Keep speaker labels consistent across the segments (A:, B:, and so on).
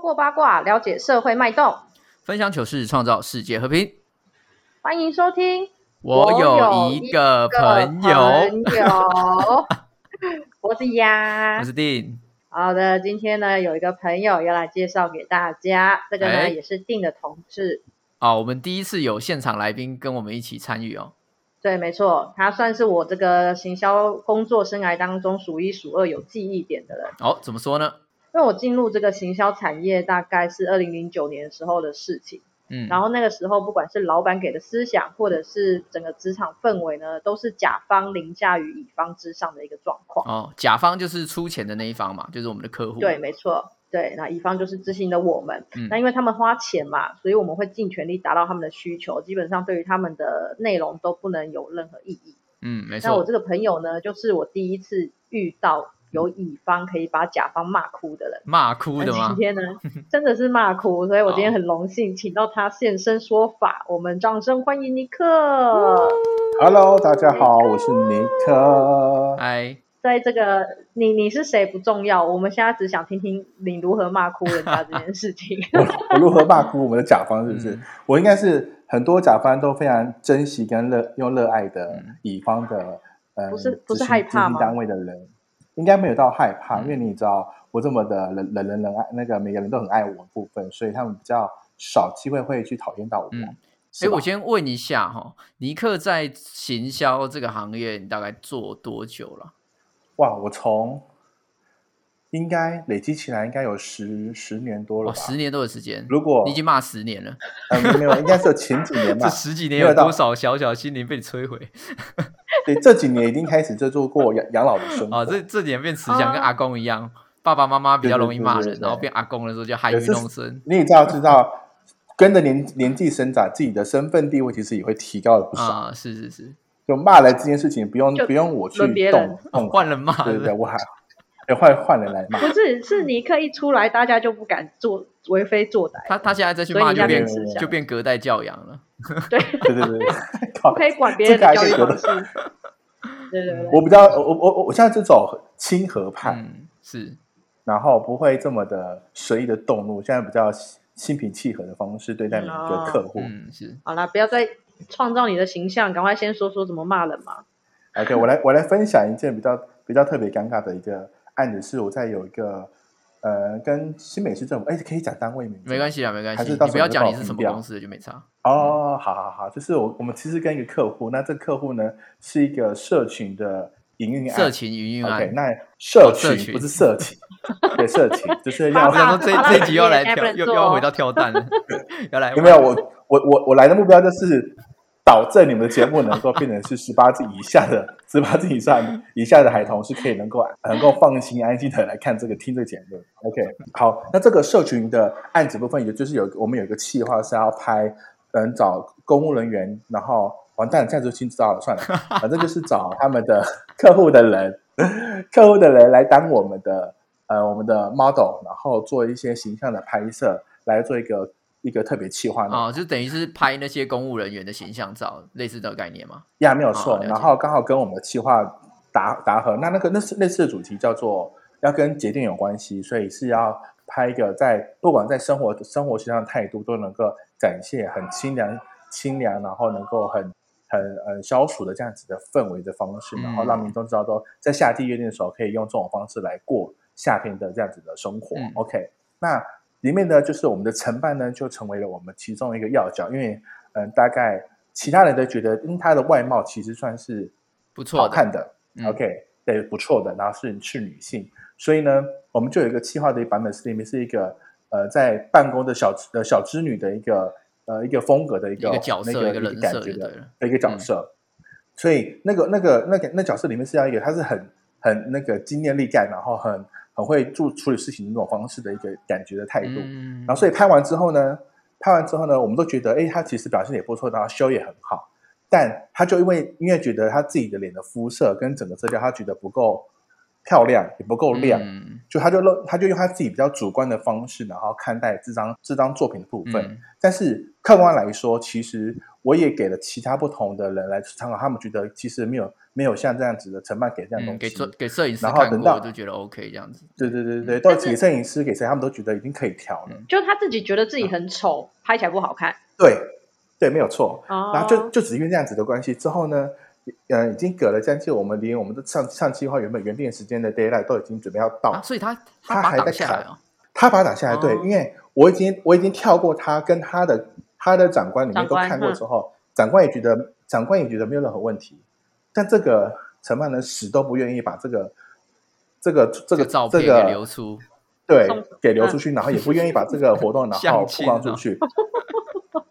A: 过八卦，了解社会脉动。
B: 分享糗事，创造世界和平。
A: 欢迎收听。
B: 我有
A: 有
B: 一
A: 一
B: 个朋友，
A: 朋友，我是
B: 我
A: 鸭。
B: 是定，
A: 好的，今天呢有一个朋友要来介绍给大家，这个呢、
B: 哎
A: 也是定的同志。
B: 哦，我们第一次有现场来宾跟我们一起参与哦。
A: 对，没错，他算是我这个行销工作生涯当中数一数二有记忆点的人。
B: 哦，怎么说呢？
A: 因为我进入这个行销产业大概是二零零九年时候的事情，
B: 嗯，
A: 然后那个时候不管是老板给的思想，或者是整个职场氛围呢，都是甲方凌驾于乙方之上的一个状况。
B: 哦，甲方就是出钱的那一方嘛，就是我们的客户。
A: 对，，没错，对，那乙方就是执行的我们，
B: 嗯
A: 那因为他们花钱嘛，所以我们会尽全力达到他们的需求，基本上对于他们的内容都不能有任何异议。
B: 嗯，没
A: 那我
B: 错。
A: 这个朋友呢，就是我第一次遇到有乙方可以把甲方骂哭的人。
B: 骂哭
A: 那
B: 的吗
A: 今？天呢，啊真的是骂哭，所以我今天
B: 好
A: 很荣幸请到他现身说 法，我们掌声欢迎尼克。
C: Hello，大家好，我是尼克。
B: 哎，
A: 在这个你你是谁不重要，我们现在只想听听你如何骂哭人家这件事 情。
C: 我如何骂哭我们的甲方？是不是？
B: 嗯
C: 我应该是很多甲方都非常珍惜跟热用热爱的
B: 嗯
C: 乙方的，呃，
A: 不是
C: 执行
A: 不是害怕吗
C: 执行单位的人，应该没有到害怕，
B: 嗯
C: 因为你知道我这么的人人人人爱，那个每个人都很爱我的部分，所以他们比较少机会会去讨厌到我。
B: 嗯
C: 是
B: 哎，
C: 吧
B: 我先问一下哈、尼克在行销这个行业，你大概做多久了？
C: 哇，我从应该累积起来应该有十十年多了
B: 哇，
C: 吧？
B: 哦十年多的时间，
C: 如果
B: 你已经骂十年了，
C: 嗯没有，应该是有前几年 吧
B: 这。十几年
C: 没有
B: 有
C: 到
B: 多少小小心灵被你摧毁？
C: 对，这几年已经开始就做过养养老的生活。
B: 啊，这这点变慈祥，跟
A: 啊
B: 阿公一样，爸爸妈妈比较容易骂
C: 对对
B: 人，
C: 对对对
B: 然后变阿公的时候就害
C: 可
B: 于
C: 是
B: 弄声
C: 你也知道，知道跟着年年纪生长，自己的身份地位其实也会提高了不少。
B: 啊，是是是，
C: 就骂人这件事情，不用
A: 就
C: 不用我去
A: 轮别人
C: 动 动，
B: 哦换人骂
C: 对
B: 是
C: 对
B: 不
C: 对，
B: 是
C: 我还哎换换人来 骂
A: 不。是，是尼克一出来，大家就不敢做为非作歹，
B: 他他现在再去
A: 所以
B: 骂
A: 你
B: 就
A: 要
B: 变
A: 变
C: 对
A: 慈
C: 对
A: 祥
B: 就，变隔代教养了。
C: 对对 对，对靠
A: 不可以管别人的教育
C: 这个还
A: 方
C: 可以
A: 式。 对对对，
C: 我比较我我我我现在这种亲和派，
B: 嗯，是
C: 然后不会这么的随意的动怒，现在比较心平气和的方式对待每一个
A: 哦
C: 客户。
B: 嗯是，
A: 好啦，不要再创造你的形象，赶快先说说怎么骂人嘛。
C: 啊，对我来我来分享一件比较比较特别尴尬的一个案子，是我在有一个呃跟新北市政府，哎，可以讲单位名字吗，
B: 没关系啊，没关
C: 还
B: 系，
C: 是
B: 你
C: 到时候
B: 不要
C: 就
B: 讲
C: 把
B: 你
C: 我
B: 是
C: 屏
B: 什么
C: 掉
B: 公司的就没差。
C: 哦，好好好，就是我我们其实跟一个客户，那这客户呢是一个社群的营运案
B: 色情营运
C: OK，
B: 案，
C: 那社
B: 哦社
C: 群
B: 群
C: 不是色情， 对，社群就是
B: 我
C: 要
B: 想说这
A: 好啦
B: 这一集又要来
A: 好啦
B: 跳，
A: 你也
B: 又
A: 不能做
B: 又
A: 哦
B: 要回到跳蛋 了，要来
C: 有没有？我我我我来的目标就是导正你们的节目能够变成是十八禁以下的，十八禁以上以下的孩童是可以能够能够放心安心的来看这个听这个节目。OK，好，那这个社群的案子部分，也就是有我们有一个计划是要拍，嗯，找公务人员，然后完蛋，这样就先知道了，算了，反正就是找他们的 客户的人，客户的人来当我们的呃我们的 model，然后做一些形象的拍摄，来做一个一个特别企划内容
B: 哦，就等于是拍那些公务人员的形象照，类似这个概念嘛。
C: 呀，没有
B: 哦
C: 错。
B: 了解
C: 然后刚好跟我们的企划达达合，那那个那是类似的主题叫做要跟节电有关系，所以是要拍一个在不管在生活生活学上的态度都能够展现很清凉清凉，然后能够很很很消暑的这样子的氛围的方式，
B: 嗯
C: 然后让民众知道说在夏季夜店的时候可以用这种方式来过夏天的这样子的生活。
B: 嗯
C: OK，那里面呢，就是我们的承办呢，就成为了我们其中一个要角，因为嗯、呃大概其他人都觉得，嗯，他的外貌其实算是
B: 不错
C: 好
B: 的
C: 看的、
B: 嗯
C: o k 对，不错的，然后是是女性，所以呢，我们就有一个企划的版本是里面是一个呃，在办公的小呃小织女的一个呃一个风格的一
B: 一
C: 个
B: 个角色，
C: 那个
B: 一个人
C: 感
B: 设
C: 觉
B: 就
C: 的
B: 对嗯了。
C: 的一个角色。所以那个那个那个那角色里面是要一个，他是很很那个经验力干，然后很很会做处理事情的那种方式的一个感觉的态度。
B: 嗯
C: 然后所以拍完之后呢，拍完之后呢，我们都觉得，哎，他其实表现也不错，然后修也很好，但他就因为因为觉得他自己的脸的肤色跟整个色调，他觉得不够漂亮，也不够亮，
B: 嗯
C: 就他就露，他就用他自己比较主观的方式，然后看待这张这张作品的部分。
B: 嗯
C: 但是客观来说，其实我也给了其他不同的人来参考，他们觉得其实没有没有像这样子的承办给这样东
B: 嗯，
C: 西，
B: 给摄给摄影师
C: 然后
B: 看
C: 等
B: 过
C: 到
B: 就觉得 OK 这样子，
C: 对对对对，
B: 嗯
C: 到
A: 但是
C: 几个摄影师给谁，他们都觉得已经可以调了。
B: 嗯
A: 就他自己觉得自己很丑，拍起来不好看。
C: 对对，没有错。
A: 哦，
C: 啊然后就就只因为这样子的关系，之后呢，呃，已经隔了将近我们离我们的上上计划原本原定时间的 d a y l i g h t 都已经准备要到，
B: 啊，所以他
C: 他
B: 把它
C: 还
B: 挡
C: 在
B: 下
C: 砍
B: 来哦，
C: 他把他打下来，对，
B: 哦
C: 因为我已经我已经跳过他跟他的他的长官里面
A: 长
C: 都
A: 官
B: 嗯
C: 看过之后，长官也觉得长官也觉得没有任何问题，但这个承办人死都不愿意把这个这个这
B: 这
C: 个
B: 个照片
C: 这个
B: 给流出，
C: 对
A: 送嗯
C: 给流出去，然后也不愿意把这个 活动然后
B: 相
C: 曝
B: 亲
C: 光
A: 啊
C: 出去，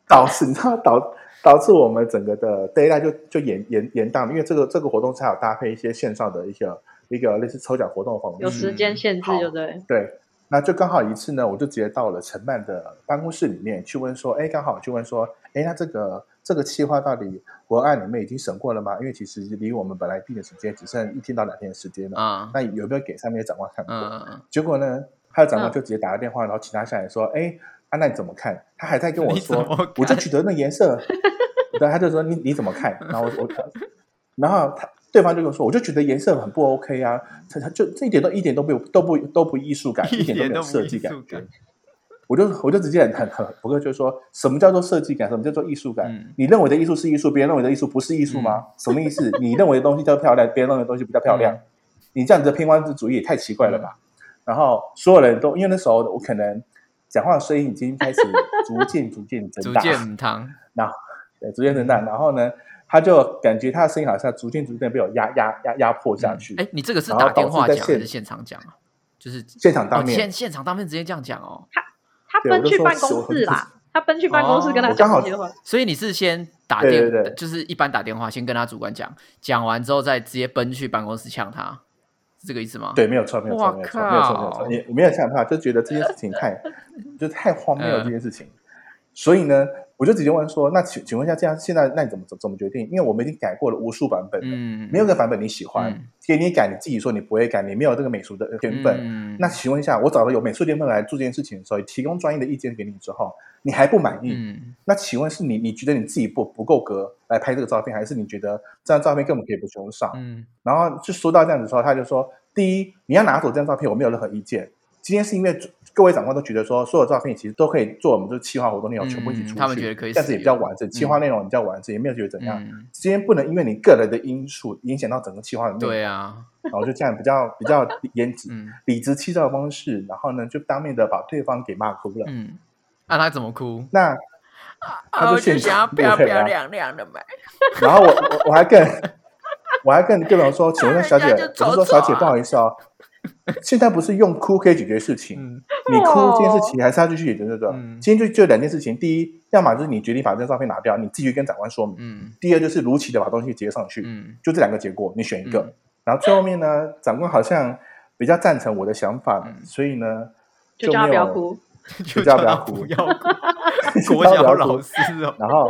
C: 导致你知道导导致我们整个的 d a y l i g h t 就就延延延宕了，因为这个这个活动是还有搭配一些线上的一个一个类似抽奖活动的方式
A: 有，时间限制，
C: 嗯好
A: 就对。
C: 对，那就刚好一次呢，我就直接到了承办的办公室里面去问说，哎，刚好去问说，哎，那这个这个计划到底文案你们已经审过了吗？因为其实离我们本来定的时间只剩一天到两天的时间
A: 嗯
C: 了，
B: 啊，
C: 那有没有给上面的长官看过？
B: 嗯嗯嗯，
C: 结果呢，他的长官
A: 嗯
C: 就直接打个电话，然后请他下来说，哎，啊，那你怎么看？他还在跟 我
B: 你怎
C: 说
B: 么看，
C: 我就觉得那颜 色，对，他就说你你怎么看？然后我我，然后他。对方就跟我说，我就觉得颜色很不 OK 啊，他他就这一点都一点都没有都不都不 艺术感， 一点都
B: 点
C: 没
B: 都
C: 有
B: 不
C: 设
B: 艺
C: 计感
B: 术。感，
C: 我就我就直接很很很不客气地说，什么叫做设计感？什么叫做艺术感？
B: 嗯
C: 你认为的艺术是艺术，别人认为的艺术不是艺术吗？什么 意思？你认为的东西叫漂亮，别人认为的东西不叫漂亮，
B: 嗯
C: 你这样子的偏官之主义也太奇怪了吧？然后所有人都因为那时候我可能讲话的声音已经开始逐渐逐渐增
B: 逐
C: 大，
B: 渐母汤，
C: 然后对逐渐增大，然后呢，他就感觉他的声音好像逐渐逐渐被我压压压压迫下去。
B: 哎，你这个是
C: 然后
B: 打电
C: 导致
B: 话
C: 在
B: 讲还
C: 现
B: 是现场讲啊？就是
C: 现场
B: 哦
C: 当，
B: 现
C: 面，
B: 现场当面直接这样讲哦，
A: 他
C: 对我
A: 奔去
C: 就说
A: 办公室啦，他奔去办公室跟他
C: 哦我刚
A: 讲
C: 好
A: 这些话。
B: 所以你是先打
C: 对
B: 电，
C: 对对
B: 就是一般打电话先跟他主管讲，讲完之后再直接奔去办公室呛他，是这个意思吗？
C: 对，没有错，没有错，
B: 哇
C: 没有错，没有错，
B: 靠
C: 没有错，也没有想法，就觉得这件事情 太就太荒谬了
B: 嗯
C: 这件事情。所以呢，我就直接问说，那请请问一下，这样现在那你怎么怎么怎么决定？因为我们已经改过了无数版本了，
B: 嗯，
C: 没有一个版本你喜欢
B: 嗯，
C: 给你改，你自己说你不会改，你没有这个美术的天分。
B: 嗯
C: 那请问一下，我找了有美术天分来做这件事情的时候，提供专业的意见给你之后，你还不满意？
B: 嗯，
C: 那请问是你你觉得你自己不不够格来拍这个照片，还是你觉得这张照片根本可以不用上？
B: 嗯，
C: 然后就说到这样子的时候，他就说：第一，你要拿走这张照片，我没有任何意见。今天是因为各位长官都觉得说，所有照片其实都可以做我们这个企划活动内容，全部一起出去，
B: 嗯他们觉得可以
C: 这样子也比较完整，
B: 使用
C: 企划内容也比较完整，也没有觉得怎样。
B: 嗯
C: 今天不能因为你个人的因素影响到整个企划的内容，
B: 对啊，
C: 然后就这样比较比较严谨、
B: 嗯
C: 理直气壮的方式，然后呢就当面的把对方给骂哭了。
B: 嗯，那他怎么哭？
C: 那他就
B: 啊我
C: 现
B: 想要
C: 场
B: 漂
C: 对啊
B: 漂亮亮的嘛，
C: 然后我我我还跟我还跟对方说，请问小姐，
B: 人家就走
C: 我就说
B: 走
C: 小
B: 啊
C: 姐不好意思哦，现在不是用哭可以解决事情，
B: 嗯
C: 你
A: 哦
C: 哭这件事情还是要继续解决，对不对？
B: 嗯
C: 今天就就两件事情，第一，要么就是你决定把这张照片拿掉，你继续跟长官说明；
B: 嗯
C: 第二就是如期的把东西接上去，
B: 嗯
C: 就这两个结果，你选一个。
B: 嗯
C: 然后最后面呢，长官好像比较赞成我的想法，
B: 嗯
C: 所以呢
A: 就叫
C: 没
A: 他
C: 有
A: 不要 哭，
B: 就叫
C: 叫不要
B: 他
C: 哭
B: 不要哭，
C: 叫
B: 国
C: 不要
B: 小
C: 哭
B: 老师哦，
C: 然后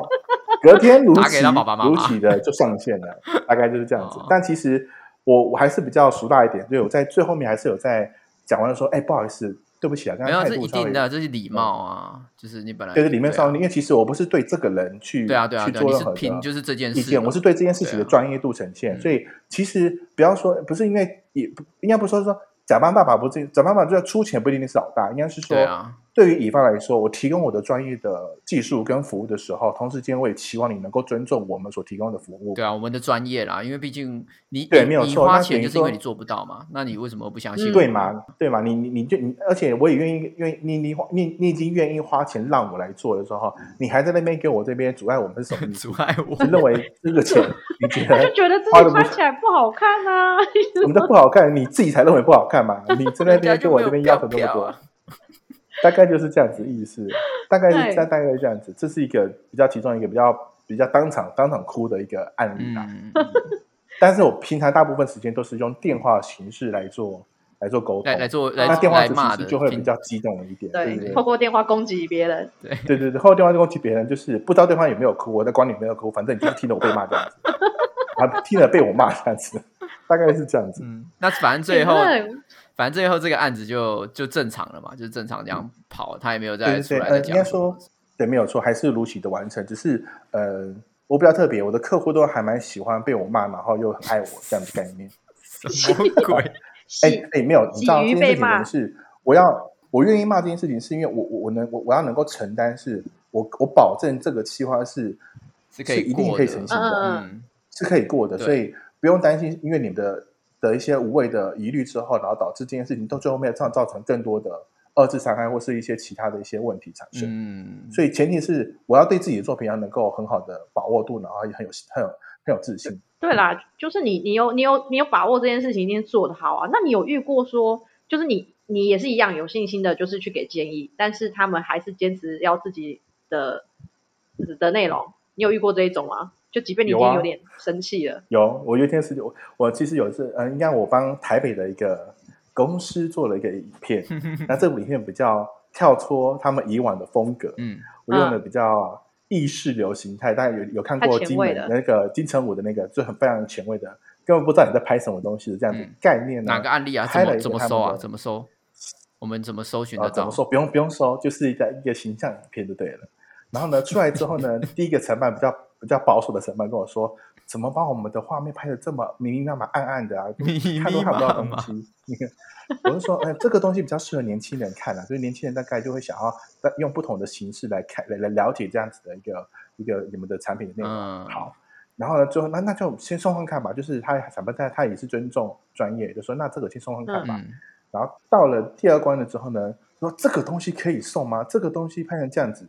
C: 隔天如
B: 打
C: 期
B: 给他爸爸妈妈
C: 如期的就上线了，大概就是这样子
B: 哦。
C: 但其实我我还是比较俗辣一点，所以我在最后面还是有在讲完说，哎，不好意思，对不起啊，刚
B: 没
C: 刚
B: 有
C: 态
B: 这
C: 度
B: 一
C: 稍微
B: 定，的，这是礼貌啊，就是你本来
C: 对对，里面
B: 啊
C: 稍微，因为其实我不是对这个人去
B: 对啊对啊
C: 去
B: 对啊，
C: 做
B: 你是
C: 任何的
B: 拼就是这件
C: 意
B: 事
C: 见，
B: 嘛，
C: 我是对这件事情
B: 对
C: 的
B: 啊
C: 专业度呈现。
B: 嗯
C: 所以其实不要说，不是因为也不应该不是说甲方爸爸不是甲方爸爸，就要出钱不一定是老大，应该是说
B: 对啊，
C: 对于乙方来说，我提供我的专业的技术跟服务的时候，同时间我也期望你能够尊重我们所提供的服务。
B: 对啊，我们的专业啦，因为毕竟你
C: 对
B: 你
C: 没有
B: 你
C: 错
B: 花
C: 那
B: 钱
C: 等于
B: 就是因为
C: 说
B: 你做不到嘛，那你为什么不相
A: 嗯
B: 信？
C: 对嘛，对嘛，你你你就你，而且我也愿意愿意你你花你你已经愿意花钱让我来做的时候，你还在那边给我这边阻碍我们是什么意思？
B: 阻碍 我
C: 就认为这个钱你觉
A: 他
C: 得
A: 就觉得自
C: 哎花
A: 己
C: 得不
A: 穿起来不好看啊。
C: 什么叫不好看？你自己才认为不好看嘛？你在那边跟我这边要求那么多，
B: 啊
C: 大概就是这样子意思，大概
A: 对
C: 是大大概这样子，这是一个比较其中一个比较比较当场当场哭的一个案例啦。
B: 嗯，
C: 但是我平常大部分时间都是用电话形式来做来做沟通
B: 来，来做来
C: 那电话
B: 来
C: 的
B: 骂
C: 形
B: 的
C: 式就会比
B: 听
C: 较激动一点，
A: 对，
C: 对对
A: 透过电话攻击别人，
C: 对对对，后来电话就攻击别人，就是不知道对方有没有哭，我在管你有没有哭，反正你就是听了我被骂这样子， 还听了被我骂这样子，大概是这样子。
B: 嗯，那反 正最后
A: 你
C: 哎
A: 真的
B: 反正最后这个案子就就正常了嘛，就正常这样跑，他也没有
C: 对
B: 再
C: 对
B: 出
C: 嗯对，
B: 来
C: 呃，
B: 再
C: 应
B: 讲
C: 该
B: 什么
C: 说
B: 了。
C: 对，没有错，还是如期的完成，只是呃，我比较特别，我的客户都还蛮喜欢被我骂，然后又很爱我这样的概念。
B: 什么 鬼？
C: 哎
A: 喜
C: 哎，没有，你知道这
A: 急于
C: 件事
A: 被
C: 情
A: 骂
C: 呢是我要我愿意骂这件事情，是因为我我我能我我要能够承担是，我我保证这个计划是
B: 是可以
C: 一定
B: 过
C: 可以
B: 的
C: 成型的，
B: 嗯
A: 嗯，
C: 是可以过的，
B: 对
C: 所以不用担心，因为你的的一些无谓的疑虑之后，然后导致这件事情到最后面造造成更多的二次伤害或是一些其他的一些问题产生。
B: 嗯，
C: 所以前提是我要对自己的作品要能够很好的把握度，然啊后也很有很有很有自信。
A: 对啦，就是你你有你有你有把握这件事情一定做得好啊。那你有遇过说，就是你你也是一样有信心的，就是去给建议，但是他们还是坚持要自己的的内容，你有遇过这一种吗？就即便你已
C: 有
A: 经
C: 啊
A: 有点生气了，
C: 有，我有一天是我我其实有一次，嗯、应该我帮台北的一个公司做了一个影 片，那这部影片比较跳脱他们以往的风格，
B: 嗯，
C: 我用的比较意式流行态，大家有有看
A: 太
C: 过
A: 前
C: 金
A: 卫
C: 门
A: 了
C: 那个金城武的那个，就很非常前卫的，根本不知道你在拍什么东西的这样子
B: 嗯
C: 概念呢、
B: 哪个案例啊？怎
C: 拍了
B: 么
C: 一个
B: 怎么
C: 他们
B: 搜啊？
C: 的
B: 怎么搜？我们怎么搜寻
C: 啊，
B: 得
C: 怎么
B: 到？
C: 说？不用不用搜，就是一个一个形象影片就对了。然后呢，出来之后 呢，第一个承办比较比较保守的承办跟我说，怎么把我们的画面拍的这么明明白白、暗暗的啊，
B: 明明
C: 看都看不到
B: 白白
C: 东西。 我就说，哎，这个东西比较适合年轻人看啊，就是年轻人大概就会想要用不同的形式来看、来来了解这样子的一个一个你们的产品的内容。
B: 嗯，
C: 好，然后呢，最后那那就先送送看吧，就是他反正他他也是尊重专业，就说那这个先送送看吧。
B: 嗯，
C: 然后到了第二关了之后呢，说这个东西可以送吗？这个东西拍成这样子，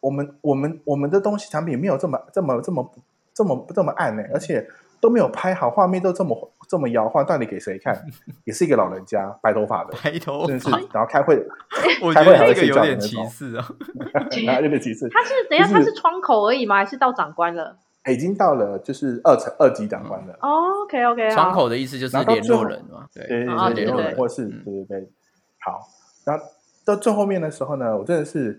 C: 我们我们我们的东西产品没有这么这么这么这么这么暗呢、而且都没有拍好，画面都这么这么摇晃，到底给谁看？也是一个老人家，白头发的，
B: 白头
C: 真的是
B: 发，，
C: 然后开会，
B: 我觉
C: 开会还
B: 得这个
C: 会睡
B: 有
C: 觉的
B: 点
C: 那
B: 歧
C: 种，
B: 视啊。
C: 然后有点歧视。
A: 他是等一下
C: 就是
A: 他是窗口而已吗？还是到长官了、
C: 已经到了就是二层二级长官了。
A: o k OK，
B: 窗口的意思就是
C: 然后到
B: 联
C: 最
B: 络
C: 后
B: 人嘛，
C: 对
A: 啊对
B: 就是联
C: 对
A: 对
B: 络
A: 对
B: 人，
C: 或是
B: 嗯
C: 对对对，好。然后到最后面的时候呢，我真的是，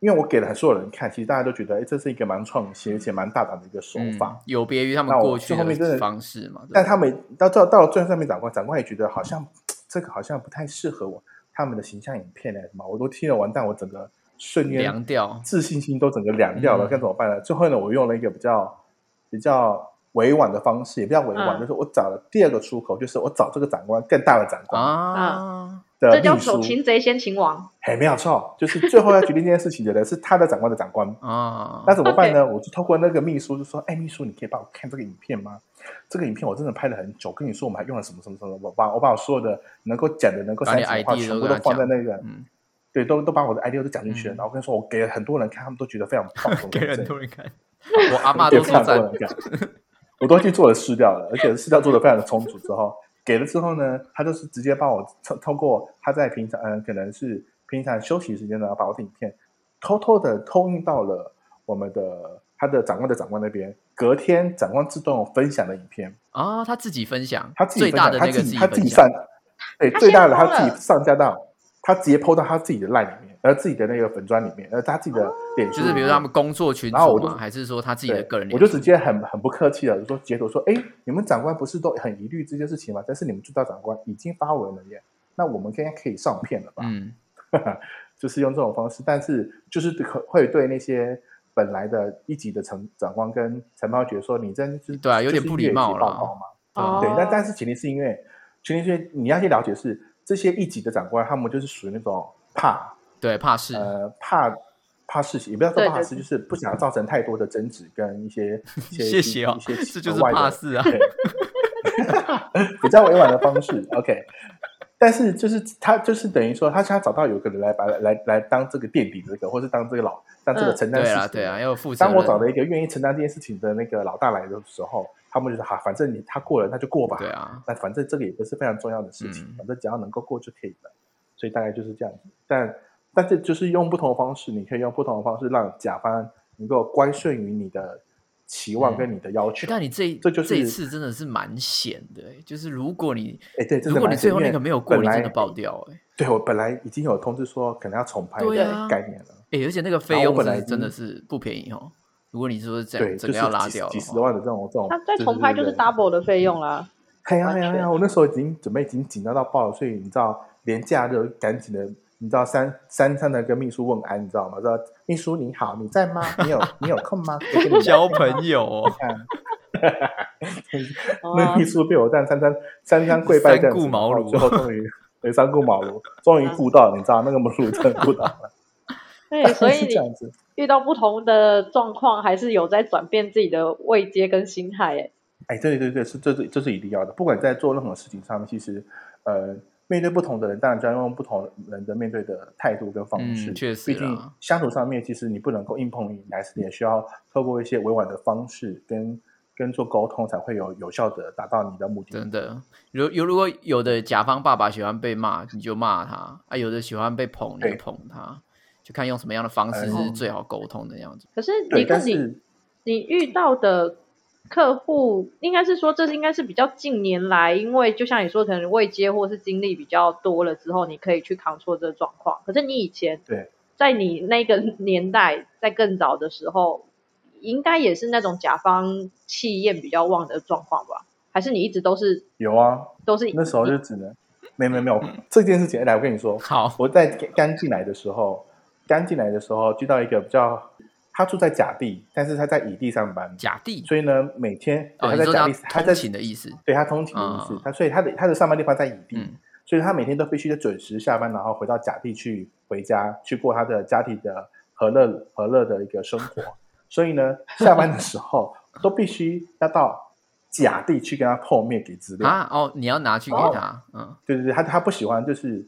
C: 因为我给了所有人看，其实大家都觉得，哎，这是一个蛮创新而且蛮大胆的一个手
B: 嗯
C: 法。
B: 有别于他们
C: 那我
B: 过去
C: 最后面真
B: 的
C: 的
B: 方式嘛。对
C: 但他们到到到了最后上面长官，长官也觉得好像这个好像不太适合我他们的形象影片呢，啊什么我都听了完蛋，我整个瞬间
B: 凉 掉，
C: 自信心都整个凉掉了，
B: 嗯
C: 该怎么办呢？最后呢，我用了一个比较比较委婉的方式，也不叫委婉，
A: 嗯
C: 就是我找了第二个出口，就是我找这个长官更大的长官
B: 啊，
C: 的
A: 这
C: 秘
A: 叫
C: 书
A: 手，擒贼先擒王，
C: 很没有错，就是最后要决定这件事情的人是他的长官的长官。
B: 啊，
C: 那怎么办呢？我就透过那个秘书就说：“哎，秘书，你可以帮我看这个影片吗？这个影片我真的拍了很久，跟你说我们还用了什么什么什么，我把我把我所有的能够讲的、能够
B: 把
C: 删
B: 你
C: 减的话，
B: idea
C: 全
B: 都
C: 部
B: 跟
C: 都
B: 他
C: 放在
B: 讲
C: 那个
B: 嗯，
C: 对，都都把我的 idea 都讲进去了。
B: 嗯
C: 然后跟你说，我给了很多人看，他们都觉得非常棒，
B: 给很
C: 什么什么之类的
B: 多人 看，我阿嬷
C: 对
B: 都
C: 非
B: 说
C: 常多
B: 赞
C: 人，看，我都去做了试调了，而且试调做的非常的充足之后，给了之后呢，他就是直接帮我透透过他在平常，嗯、可能是平常休息时间呢，把我的影片偷偷的偷运到了我们的他的长官的长官那边。隔天，长官自动分享的影片，
B: 啊，他自己分享，
C: 他自己
B: 最
C: 分享，
B: 大的
C: 他
B: 那个
C: 自己他自
B: 分
C: 己
B: 享
C: 上，对，
A: 他
C: 最大的
A: 先抛
C: 他自己
A: 了
C: 上架到他直接 PO 到他自己的 line 里面，呃，自己的那个粉砖里面，呃，他自己
A: 哦
C: 的脸书
B: 就
C: 里
B: 是
C: 面，
B: 比如说他们工作群
C: 然后
B: 组
C: 我就
B: 嘛，还是说他自己
C: 对，
B: 的个人
C: 我
B: 脸
C: 就
B: 书？
C: 直接很很不客气的说截图说，哎，你们长官不是都很疑虑这件事情吗？但是你们最大长官已经发文了耶，那我们应该可以上片了吧？
B: 嗯，
C: 就是用这种方式，但是就是可会对那些本来的一级的长长官跟承包觉得说，你真是
B: 对啊有点
C: 就是
B: 不礼
C: 越级
B: 貌
C: 报
B: 啦
C: 告嘛。
B: 哦
C: 嗯对，那但是前提是因为前提是你要去了解是这些一级的长官，他们就是属于那种怕
B: 对，怕是，
C: 呃，怕怕事情，也不要说
A: 对
C: 怕
A: 对
C: 事，就是不想要造成太多的争执跟一些一些
B: 谢谢哦
C: 一些，
B: 这就是
C: 额外的
B: 怕是啊，
C: 对， 比较委婉的方式，OK。但是就是他就是等于说，他想找到有个人来把来来当这个垫底的这个，或是当这个老当这个
A: 嗯
C: 承担事
B: 对
C: 情
B: 啊，
C: 的。
B: 对啊，要有负责
C: 当
B: 任。
C: 我找了一个愿意承担这件事情的那个老大来的时候，他们就说哈、反正你他过了，那就过吧。
B: 对啊，
C: 那反正这个也不是非常重要的事情，
B: 嗯
C: 反正只要能够过就可以了。所以大概就是这样子。但但是就是用不同的方式，你可以用不同的方式让甲方能够乖顺于你的期
B: 嗯
C: 望跟你的要求。
B: 但你这一
C: 这就是
B: 这一次真的是蛮险的欸，就是如果你
C: 哎、对，真
B: 如
C: 的
B: 果
C: 蛮
B: 你
C: 幸
B: 最
C: 运
B: 后那个没有过，
C: 本
B: 你
C: 来
B: 真的爆掉哎
C: 对我本来已经有通知说可能要重拍
B: 对
C: 的
B: 啊
C: 概念了，
B: 哎，欸而且那个费
C: 然后
B: 用
C: 我本来
B: 是
C: 已经
B: 真的是不便宜哦。如果你说是这
C: 对，
B: 样，
C: 就
B: 整
C: 是
B: 个要拉
C: 几
B: 掉的哦
C: 几
B: 话
C: 十万的这种这种。
A: 他再
C: 对
A: 重拍就
C: 对
A: 是
C: 对
A: double 的费用 啦。
C: 哎呀
A: 完
C: 哎呀哎呀！
A: 全
C: 我那时候已经准备已经紧张到爆了，所以你知道连假日赶紧的你知道三三三的跟秘书问安，你知道吗？说秘书你好，你在吗？你有你有空吗？可以跟你聊
B: 交
C: 天吗
B: 朋友哦，
C: 看。那
A: 哦
C: 秘，书被我这样三三三三跪拜这样子
B: 三顾茅
C: 然后
B: 庐
C: 最后终于对三顾茅庐，终于顾到了你知道那个茅庐真的顾到了，
A: 对，所以
C: 是这
A: 你
C: 样子。
A: 遇到不同的状况，还是有在转变自己的位阶跟心态。哎，
C: 哎，对对对，是这是这是一定要的。不管在做任何事情上面，其实呃，面对不同的人，当然就要用不同人的面对的态度跟方式。
B: 嗯确实
C: 毕竟
B: 啦
C: 相处上面，其实你不能够硬碰硬，你还是也需要透过一些委婉的方式跟跟做沟通，才会有有效的达到你的目的。
B: 真的。如有如果有的甲方爸爸喜欢被骂，你就骂他啊；有的喜欢被捧，你
C: 对
B: 就捧他，就看用什么样的方式
C: 嗯
B: 是最好沟通的样子。
A: 可是你
C: 对，但
A: 自己
C: 是
A: 你遇到的客户，应该是说这是应该是比较近年来，因为就像你说，可能未接或是经历比较多了之后，你可以去扛错这个状况。可是你以前
C: 对，
A: 在你那个 年代，在更早的时候，应该也是那种甲方气焰比较旺的状况吧？还是你一直都是
C: 有啊，
A: 都是
C: 那时候就只能没有没有没有这件事情。来，我跟你说，
B: 好，
C: 我在刚刚进来的时候，刚进来的时候遇到一个比较，他住在甲地，但是他在乙地上班，
B: 甲地
C: 所以呢，每天对
B: 哦，
C: 他
B: 你
C: 在
B: 说
C: 甲
B: 他
C: 地，他在
B: 通勤的意思，
C: 对他通勤的意
B: 嗯
C: 思，他所以他的他的上班地方在乙地，
B: 嗯，
C: 所以他每天都必须得准时下班，然后回到甲地去回家，去过他的家庭的和乐和乐的一个生活。所以呢，下班的时候都必须要到甲地去跟他碰面给资料。
B: 啊哦，你要拿去给
C: 哦
B: 他，嗯，
C: 对对对，他他不喜欢就是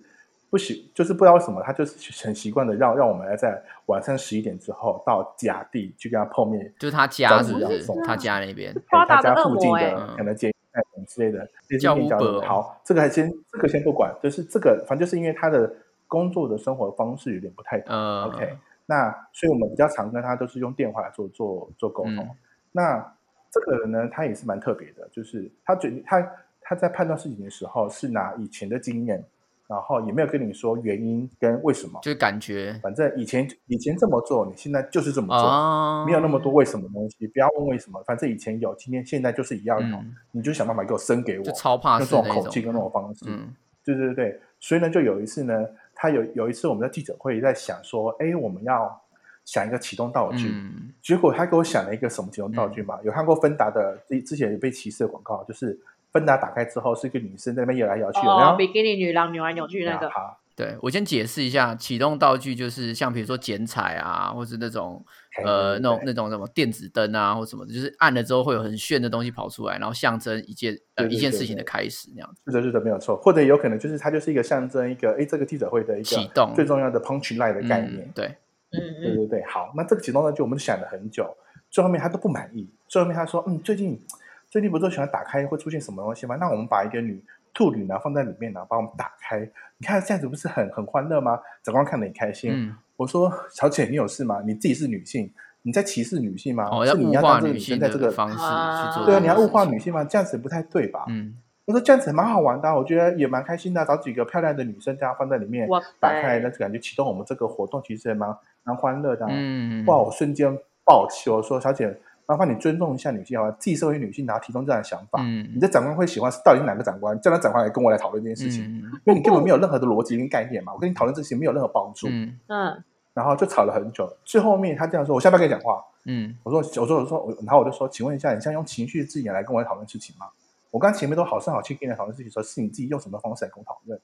C: 不喜，就是不知道为什么，他就是很习惯的让让我们要在晚上十一点之后到甲地去跟他碰面，
B: 就是他家是
C: 找
B: 不
C: 你要
B: 是
C: 送？
B: 他家那边
A: 夸
C: 他
A: 大的
C: 家
A: 恶
C: 附近
A: 魔哎、
C: 的可能捷运站什么之类的，这些
B: 嗯叫
C: 面交
B: Uber 哦
C: 流。好，这个还先这个先不管，就是这个反正就是因为他的工作的生活方式有点不太同。
B: 呃
C: OK，那所以我们比较常跟他都是用电话来做做做沟通。
B: 嗯
C: 那这个人呢，他也是蛮特别的，就是他觉他他在判断事情的时候是拿以前的经验，然后也没有跟你说原因跟为什么，
B: 就感觉
C: 反正以前以前这么做，你现在就是这么做。
B: 哦，
C: 没有那么多为什么东西，不要问为什么，反正以前有，今天现在就是一样有，
B: 嗯
C: 你就想办法给我生给我，
B: 就
C: 用
B: 超怕
C: 这
B: 事
C: 种
B: 那
C: 口气跟那种方式。
B: 嗯，
C: 对对对，所以呢，就有一次呢，他有有一次我们在记者会在想说，哎，我们要想一个启动道具，
B: 嗯，
C: 结果他给我想了一个什么启动道具嘛？有看过芬达的之之前有被歧视的广告，就是芬达打开之后是一个女生在那边摇来摇去，然
A: 哦，
C: 后啊
A: 比基尼女郎扭来扭去那个，
C: 爬
B: 对我先解释一下，启动道具就是像比如说剪彩啊，或是那种
C: 嘿
B: 呃
C: 对
B: 那种
C: 对
B: 那种什么电子灯啊，或什么的，就是按了之后会有很炫的东西跑出来，然后象征一件呃
C: 对对
B: 一件
C: 对
B: 事情的
C: 对
B: 开始那样子。
C: 是的，是的，没有错。或者有可能就是它就是一个象征一个，哎，这个记者会的一
B: 启
C: 个
B: 动
C: 最重要的 punch line 的概念。
B: 嗯，对，
A: 嗯
C: 对
A: 嗯，
C: 对对，好，那这个启动道具我们想了很久，最后面他都不满意，最后面他说，嗯，最近最近不是都喜欢打开会出现什么东西吗？那我们把一个女兔女呢放在里面呢，把我们打开，你看这样子不是很很欢乐吗？长官看得很开心。
B: 嗯，
C: 我说，小姐，你有事吗？你自己是女性，你在歧视女性吗？
B: 哦，要
C: 是
B: 物
C: 你要
B: 化
C: 让这个
B: 女
C: 女
B: 性
C: 生在这
B: 的
C: 个
B: 方式去做，
C: 对啊，
A: 这
C: 你
A: 件
C: 要物化女
B: 性，
C: 性吗？这样子不太对吧？
B: 嗯，
C: 我说这样子蛮好玩的啊、我觉得也蛮开心的啊、找几个漂亮的女生，这样放在里面
A: 哇塞
C: 打开来，那就感觉启动我们这个活动其实也蛮蛮欢乐的、啊。
B: 嗯，
C: 哇！我瞬间爆气，我说：“小姐，麻烦你尊重一下女性好吧？自己身为女性，然后提供这样的想法，你
B: 嗯，
C: 的长官会喜欢是到底是哪个长官？叫他长官来跟我来讨论这件事情，
B: 嗯
C: 因为你根本没有任何的逻辑跟概念嘛。我跟你讨论这些没有任何帮助。
B: 嗯
A: 嗯，
C: 然后就吵了很久。最后面他这样说：‘我下班跟你讲话。’
B: 嗯，
C: 我说：‘我说我说我。’然后我就说：‘请问一下，你现在用情绪字眼来跟我来讨论事情吗？我刚前面都好声好气跟你来讨论事情的时候，是你自己用什么方式来跟我讨论？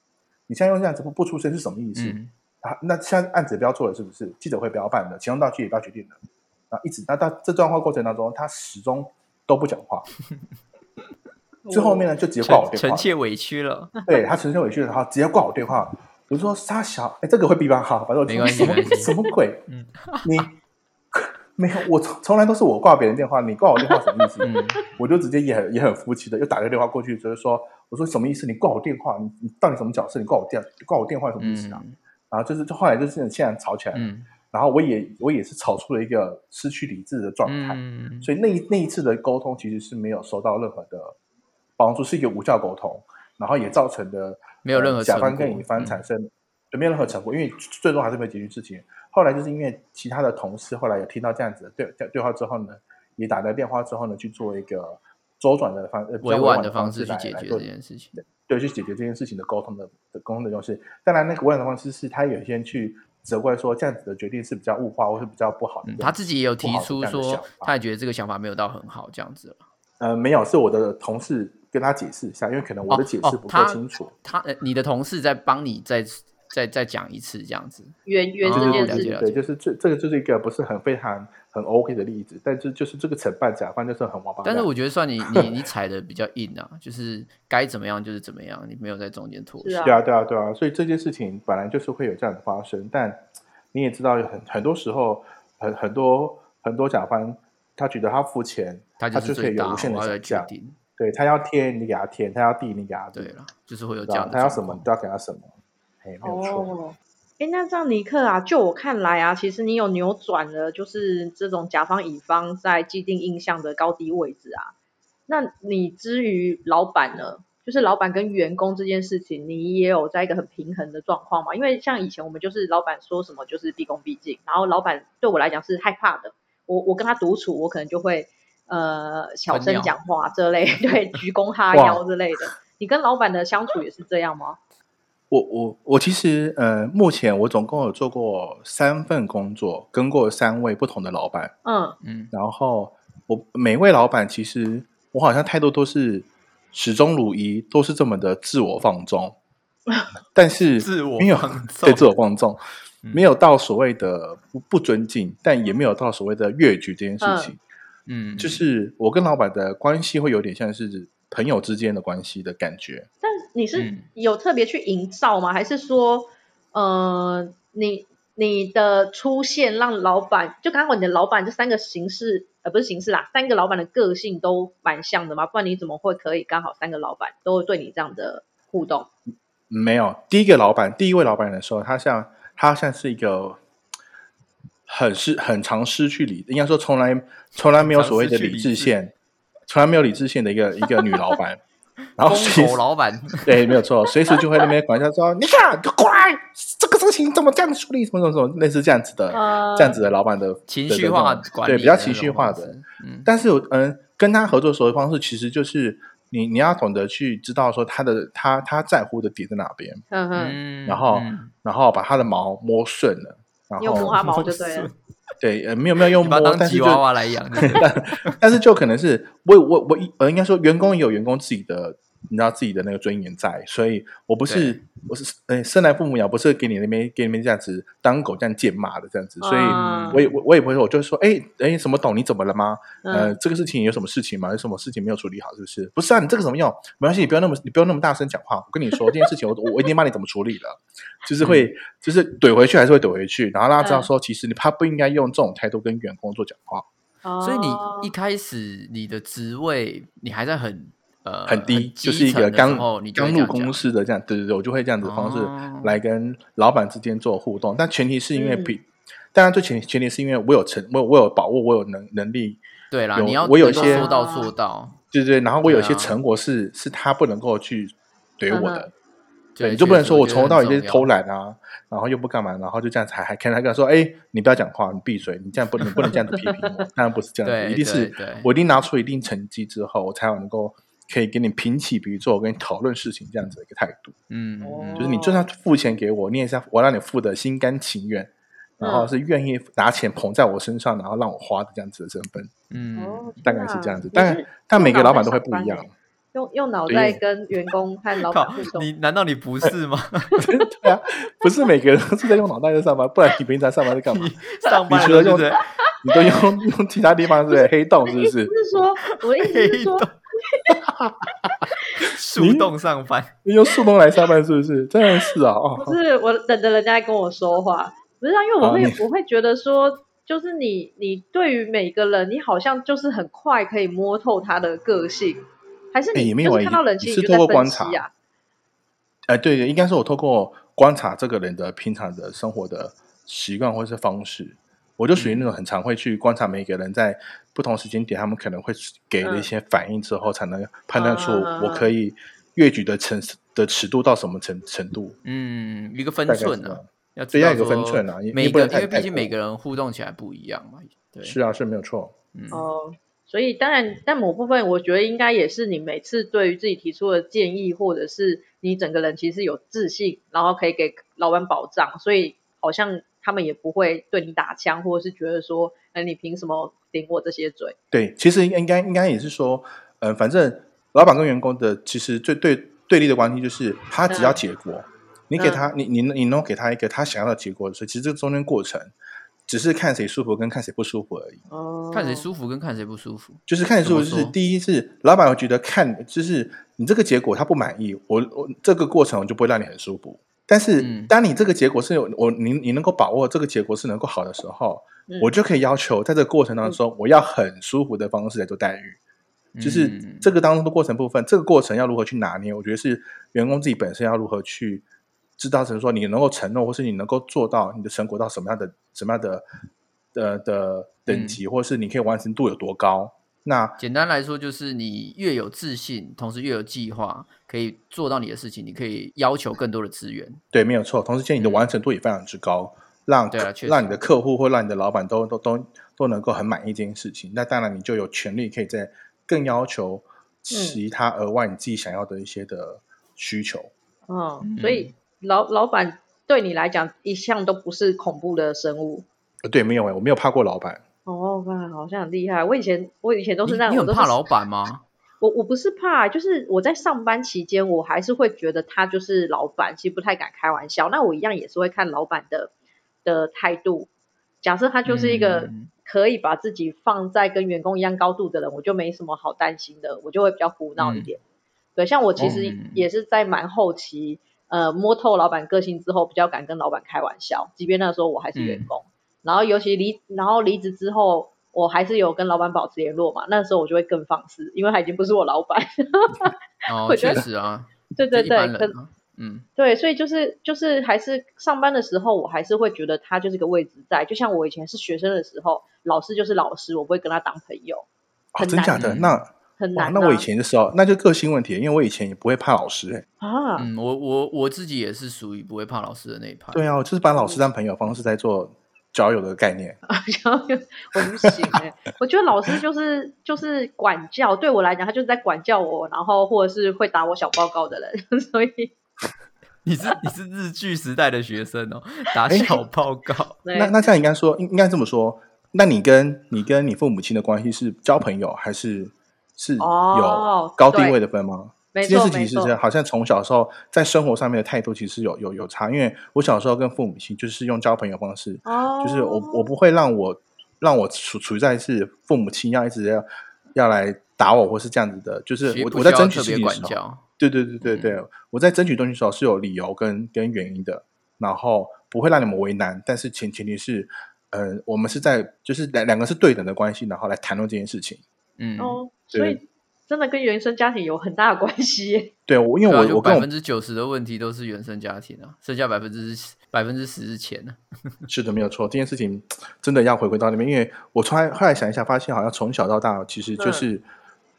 C: 你现在用这样子不不出声是什么意思？’
B: 嗯，
C: 啊，那现在案子不要做了，是不是？记者会不要办了，启动道具也不要决定了，啊，一直那到这段话过程当中，他始终都不讲话，
A: 嗯
C: 最后面呢就直接挂我
B: 臣
C: 电
B: 臣，
C: 话
B: 妾委屈 了，
C: 对他陈切委屈了，然后直接挂我电话。我说沙小，哎，这个会比较好，反正我
B: 没关系
C: 什么
B: 没关系
C: 什么鬼？
B: 嗯
C: 你没有，我从从来都是我挂别人电话，你挂我电话什么意思？
B: 嗯，
C: 我就直接也很也很服气的，又打个电话过去，就是说，我说什么意思？你挂我电话，你你到底什么角色？你挂我电挂我电话什么意思啊？
B: 嗯
C: 然后就是就后来就是现在吵起来了。
B: 嗯
C: 然后我也我也是吵出了一个失去理智的状态，
B: 嗯，
C: 所以那一那一次的沟通其实是没有收到任何的帮助，是一个无效沟通，然后也造成的呃
B: 没有任何
C: 甲方
B: 成果
C: 跟乙方
B: 嗯
C: 产生、对没有任何成果，因为最终还是没有解决事情。后来就是因为其他的同事后来有听到这样子的对对对话之后呢，也打了电话之后呢去做一个周转的方呃比较
B: 委
C: 婉
B: 的
C: 方
B: 方式去
C: 来
B: 解
C: 来
B: 决
C: 做
B: 这件事情，
C: 对去解决这件事情的沟通的的沟通的优势。当然，那个问的方式是他有些人去责怪说这样子的决定是比较物化或是比较不好的
B: 嗯，。他自己也有提出
C: 不好的这样的
B: 说
C: 想法，
B: 他也觉得这个想法没有到很好这样子了。
C: 呃没有，是我的同事跟他解释一下，因为可能我的解释不够清楚。
B: 哦他呃，你的同事在帮你再再再讲一次这样子。
A: 圆圆
B: 哦
A: 这件
C: 啊
B: 了
C: 对
B: 解
A: 事，
B: 了
C: 对，就是这这个就是一个不是很非常很 OK 的例子，但是就是这个承办甲方就是很王八蛋。
B: 但是我觉得算你你你踩的比较硬啊，就是该怎么样就是怎么样，你没有在中间妥
A: 是
B: 协。
A: 啊
C: 对啊，对啊，对啊，所以这件事情本来就是会有这样的发生，但你也知道有很很多时候，很很多很多甲方他觉得他付钱，
B: 他
C: 就是可
B: 最
C: 以有
B: 大，
C: 无
B: 我
C: 限的
B: 要来
C: 想
B: 决
C: 象，
B: 定。
C: 对他要天你给他天，他要地你给他地
B: 对，了，就是会有
C: 知
B: 这
C: 道
B: 样的
C: 嗯啊他要什
B: 状
C: 么
B: 况
C: 你就要给他什么，哎，没有错，
A: 哦，哎，那这样尼克啊，就我看来啊，其实你有扭转了，就是这种甲方乙方在既定印象的高低位置啊。那你至于老板呢，就是老板跟员工这件事情，你也有在一个很平衡的状况嘛？因为像以前我们就是老板说什么就是毕恭毕敬，然后老板对我来讲是害怕的，我我跟他独处，我可能就会呃小
B: 喷
A: 声
B: 尿
A: 讲话这类， 对，鞠躬哈
C: 哇
A: 腰之类的。你跟老板的相处也是这样吗？
C: 我我我其实呃，目前我总共有做过三份工作，跟过三位不同的老板，
A: 嗯，
B: 嗯，
C: 然后我每位老板其实我好像态度都是始终如一，都是这么的自我放纵，但是
B: 自我
C: 没有
B: 放纵
C: 对自我放纵，
B: 嗯
C: 没有到所谓的不不尊敬，但也没有到所谓的越矩这件事情。
B: 嗯，
C: 就是我跟老板的关系会有点像是朋友之间的关系的感觉。
A: 但你是
B: 嗯
A: 有特别去营造吗？还是说，呃，你你的出现让老板，就刚刚你的老板这三个形式，呃，不是形式啦，三个老板的个性都蛮像的嘛？不然你怎么会可以刚好三个老板都对你这样的互动？
C: 没有，第一个老板，第一位老板的时候，他像他像是一个很失很常失去理，应该说从来从来没有所谓的理智线，从来没有理智线的一个一个女老 板，然后随
B: 疯
C: 时
B: 狗老板，
C: 对没有错，随时就会在那边管一下说，你看你过来，这个事情怎么这样处理，什么什么什么，类似这样子的、
A: 呃，
C: 这样子的老板的
B: 啊情绪化
C: 的这种
B: 管理，
C: 对比较情绪化的，，
B: 嗯，
C: 但是有嗯，跟他合作的时候的方式其实就是你你要懂得去知道说他的他他在乎的点在哪边。
A: 嗯哼，
B: 嗯
C: 然后
B: 嗯
C: 然后把它的毛摸顺了，然
A: 你有摸
C: 后
A: 它 毛就对了。
C: 对呃没有没有用
B: 你把
C: 摸
B: 它，当
C: 但是
B: 吉
C: 就
B: 娃娃来养，
C: 但是就可能是我我我呃应该说员工也有员工自己的你知道自己的那个尊严在，所以我不是我是呃生来父母养，不是给你那边给你们这样子当狗这样贱骂的这样子，所以
A: 嗯
C: 我也我我也不会说我就说哎哎什么懂你怎么了吗？呃
A: 嗯，
C: 这个事情有什么事情吗？有什么事情没有处理好是不是？不是啊，你这个什么用？没关系，你不要那么你不要那么大声讲话。我跟你说这件事情我，我我一定帮你怎么处理了，就是
A: 嗯
C: 会就是怼回去还是会怼回去，然后让他知道说其实你他不应该用这种态度跟员工做讲话。
B: 所以
A: 哦
B: 你一开始你的职位你还在很呃
C: 很低，
B: 基
C: 就是一
B: 层
C: 个
B: 的时
C: 刚
B: 候，你就会
C: 刚
B: 这
C: 入
B: 样
C: 公
B: 讲
C: 司的这样，对对对，我就会这样子的方
B: 哦
C: 式来跟老板之间做互动，但前提是因为
A: 嗯
C: 比，当然最前前提是因为我有成，我有我有把握，我有能能力，
B: 对啦，
C: 有
B: 你要
C: 我有
B: 能够
C: 些
B: 说到做到，
C: 对对，然后我有一些
B: 对啊
C: 成果是、是他不能够去怼我
A: 嗯
C: 的，对，
B: 对，
C: 你就不能说我
B: 觉
C: 从
B: 得
C: 头到尾
B: 很
C: 就是
B: 重要
C: 偷懒啊，然后又不干嘛，然后就这样子还还看他跟他说，哎，你不要讲话，你闭嘴，你这样不能不能这样子批评我，当然不是这样
B: 对，
C: 子，一定
B: 对
C: 是
B: 对
C: 我一定拿出一定成绩之后，我才有能够可以跟你平起平坐，跟你讨论事情这样子的一个态度。
B: 嗯，嗯
A: 哦
C: 就是你就算付钱给我，你也是要我让你付的心甘情愿，然
B: 嗯
C: 后是愿意拿钱捧在我身上，然后让我花的这样子的身份，
B: 嗯，
A: 哦，
C: 大
A: 天
C: 概是
A: 哪
C: 这样子。
A: 你
C: 当
A: 是
C: 然，但每个老板都会不一
A: 用脑在上
C: 样
A: 班欸。用用脑
C: 对
A: 袋跟员工和老板
B: 靠
A: 互，动
B: 你难道你不 是吗？
C: 对啊，不是每个人都是在用脑袋在上班，不然你平常上班在干嘛？
B: 上
C: 你
B: 班
C: 除
B: 了
C: 了
B: 对
C: 用
B: 不对？，
C: 你都用用其他地方是黑洞是
A: 意
C: 不
A: 思
C: 是？
A: 是说，我的意思是
B: 黑
A: 说
B: 洞，，树洞上班，
C: 你用树洞来上班是不是？真的是啊，哦，
A: 不是我等着人家来跟我说话，不是啊，因为我
C: 好
A: 会、
C: 你
A: 我会觉得说，就是你你对于每个人，你好像就是很快可以摸透他的个性，还是
C: 哎
A: 你、
C: 也没有
A: 就
C: 啊
A: 是看到人
C: 你
A: 其实
C: 是
A: 你
C: 透
A: 就
C: 过
A: 在
C: 观
A: 分
C: 察
A: 析啊，
C: 哎，对对，应该是我透过观察这个人的平常的生活的习惯或是方式，我就属于那种很常会去观察每个人在不同时间点他们可能会给的一些反应之后，才能判断出
A: 嗯
C: 我可以越举的程的尺度到什么程程度，
B: 嗯，一个分
C: 大概是
B: 寸
C: 这样
B: 啊，要知
C: 对
B: 道
C: 要有个分
B: 说
C: 寸啊也也
B: 每
C: 不
B: 个
C: 能
B: 因
C: 太
B: 为
C: 太
B: 毕竟
C: 过
B: 每个人互动起来不一样嘛，对，
C: 是啊，是没有错。
B: 嗯，
A: 哦、所以当然，但某部分我觉得应该也是你每次对于自己提出的建议，或者是你整个人其实有自信，然后可以给老板保障，所以好像他们也不会对你打枪，或者是觉得说，哎，你凭什么顶我这些嘴？
C: 对，其实应该应该也是说，嗯、反正老板跟员工的其实最对对立的关系就是，他只要结果，你给他你你你能给他一个他想要的结果，所以其实这中间过程只是看谁舒服跟看谁不舒服而已。
A: 哦，
B: 看谁舒服跟看谁不舒服。
C: 就是看你舒服，
B: 怎
C: 就
B: 么
C: 是
B: 说
C: 第一是老板会觉得看，就是你这个结果他不满意，我我这个过程我就不会让你很舒服。但是
B: 嗯
C: 当你这个结果是有我你你能够把握这个结果是能够好的时候，
A: 嗯
C: 我就可以要求在这个过程当中，我要很舒服的方式来做待遇。就是
B: 嗯
C: 这个当中的过程部分，这个过程要如何去拿捏，我觉得是员工自己本身要如何去知道，成说你能够承诺，或是你能够做到你的成果到什么样的什么样的的的
B: 嗯
C: 等级，或是你可以完成度有多高。那
B: 简单来说，就是你越有自信，同时越有计划，可以做到你的事情，你可以要求更多的资源。
C: 对，没有错。同时间，你的完成度也非常之高，让
B: 嗯对啊
C: 客
B: 确实
C: 让你的客户或让你的老板都都都都能够很满意这件事情。那当然，你就有权利可以在更要求
B: 嗯
C: 其他额外你自己想要的一些的需求。
A: 嗯，所以老老板对你来讲一向都不是恐怖的生物。
C: 呃对，没有诶、我没有怕过老板。
A: 哦，哇，好像很厉害。我以前我以前都是
B: 你
A: 那种，
B: 你很
A: 都是
B: 怕老 板吗？
A: 我我不是怕，就是我在上班期间，我还是会觉得他就是老板，其实不太敢开玩笑。那我一样也是会看老板的的态度。假设他就是一个
B: 嗯
A: 可以把自己放在跟员工一样高度的人，我就没什么好担心的，我就会比较胡闹一点。对，像我其实
B: 嗯
A: 也是在蛮后期，呃，摸透老板个性之后，比较敢跟老板开玩笑，即便那时候我还是
C: 嗯
A: 员工。然后尤其离，然后离职之后，我还是有跟老板保持联络嘛。那时候我就会更放肆，因为他已经不是我老板。
B: 哦，
A: 我觉
B: 确
A: 得
B: 实啊，
A: 对 对
B: 就一
A: 对，
B: 般
A: 可
B: 人啊，嗯
A: 对，所以就是就是还是上班的时候，我还是会觉得他就是个位置在。就像我以前是学生的时候，老师就是老师，我不会跟他当朋友，
C: 哦，
A: 很
C: 真假
A: 难
C: 的？
B: 嗯
C: 那
A: 很
C: 哇，
A: 难、啊。
C: 那我以前就是哦，那就个性问题，因为我以前也不会怕老师、欸。
A: 啊，
B: 嗯，我我我自己也是属于不会怕老师的那一派。
C: 对啊，我就是把老师
A: 嗯
C: 当朋友的方式在做交友的概念。
A: 然后就我不行哎、我觉得老师就是就是管教，对我来讲，他就是在管教我，然后或者是会打我小报告的人， 所以
B: 你是你是日剧时代的学生哦，打小报告。
A: 对
C: 那那这样应该说，应应该这么说，那你跟你跟你父母亲的关系是交朋友，还是是有
A: 哦
C: 高定位的分吗？
A: 没
C: 这件
A: 错
C: 事情
A: 没
C: 其
A: 错
C: 实，好像从小时候在生活上面的态度其实有有有差，因为我小时候跟父母亲就是用交朋友方式，
A: 哦，
C: 就是我我不会让我让我处处在是父母亲要一直要要来打我或是这样子的，就是
B: 其实
C: 我
B: 不
C: 我在
B: 需要
C: 争取
B: 特
C: 事
B: 别
C: 情的
B: 管
C: 时候，
B: 教，嗯
C: 对对对对对，我在争取东西的时候是有理由跟跟原因的，然后不会让你们为难，但是前前提是，呃，我们是在就是两两个是对等的关系，然后来谈论这件事情。
B: 嗯，
A: 哦，所
C: 对
A: 以真的跟原生家庭有很大的关系耶、
C: 对我，因为
B: 对啊，
C: 我、
B: 有
C: 我跟
B: 百
C: 我
B: 分之九十的问题都是原生家庭啊，剩下百分之百分之十是钱啊。
C: 是的没有错，这件事情真的要回归到那边，因为我从来后来想一下，发现好像从小到大，其实
A: 嗯
C: 就是、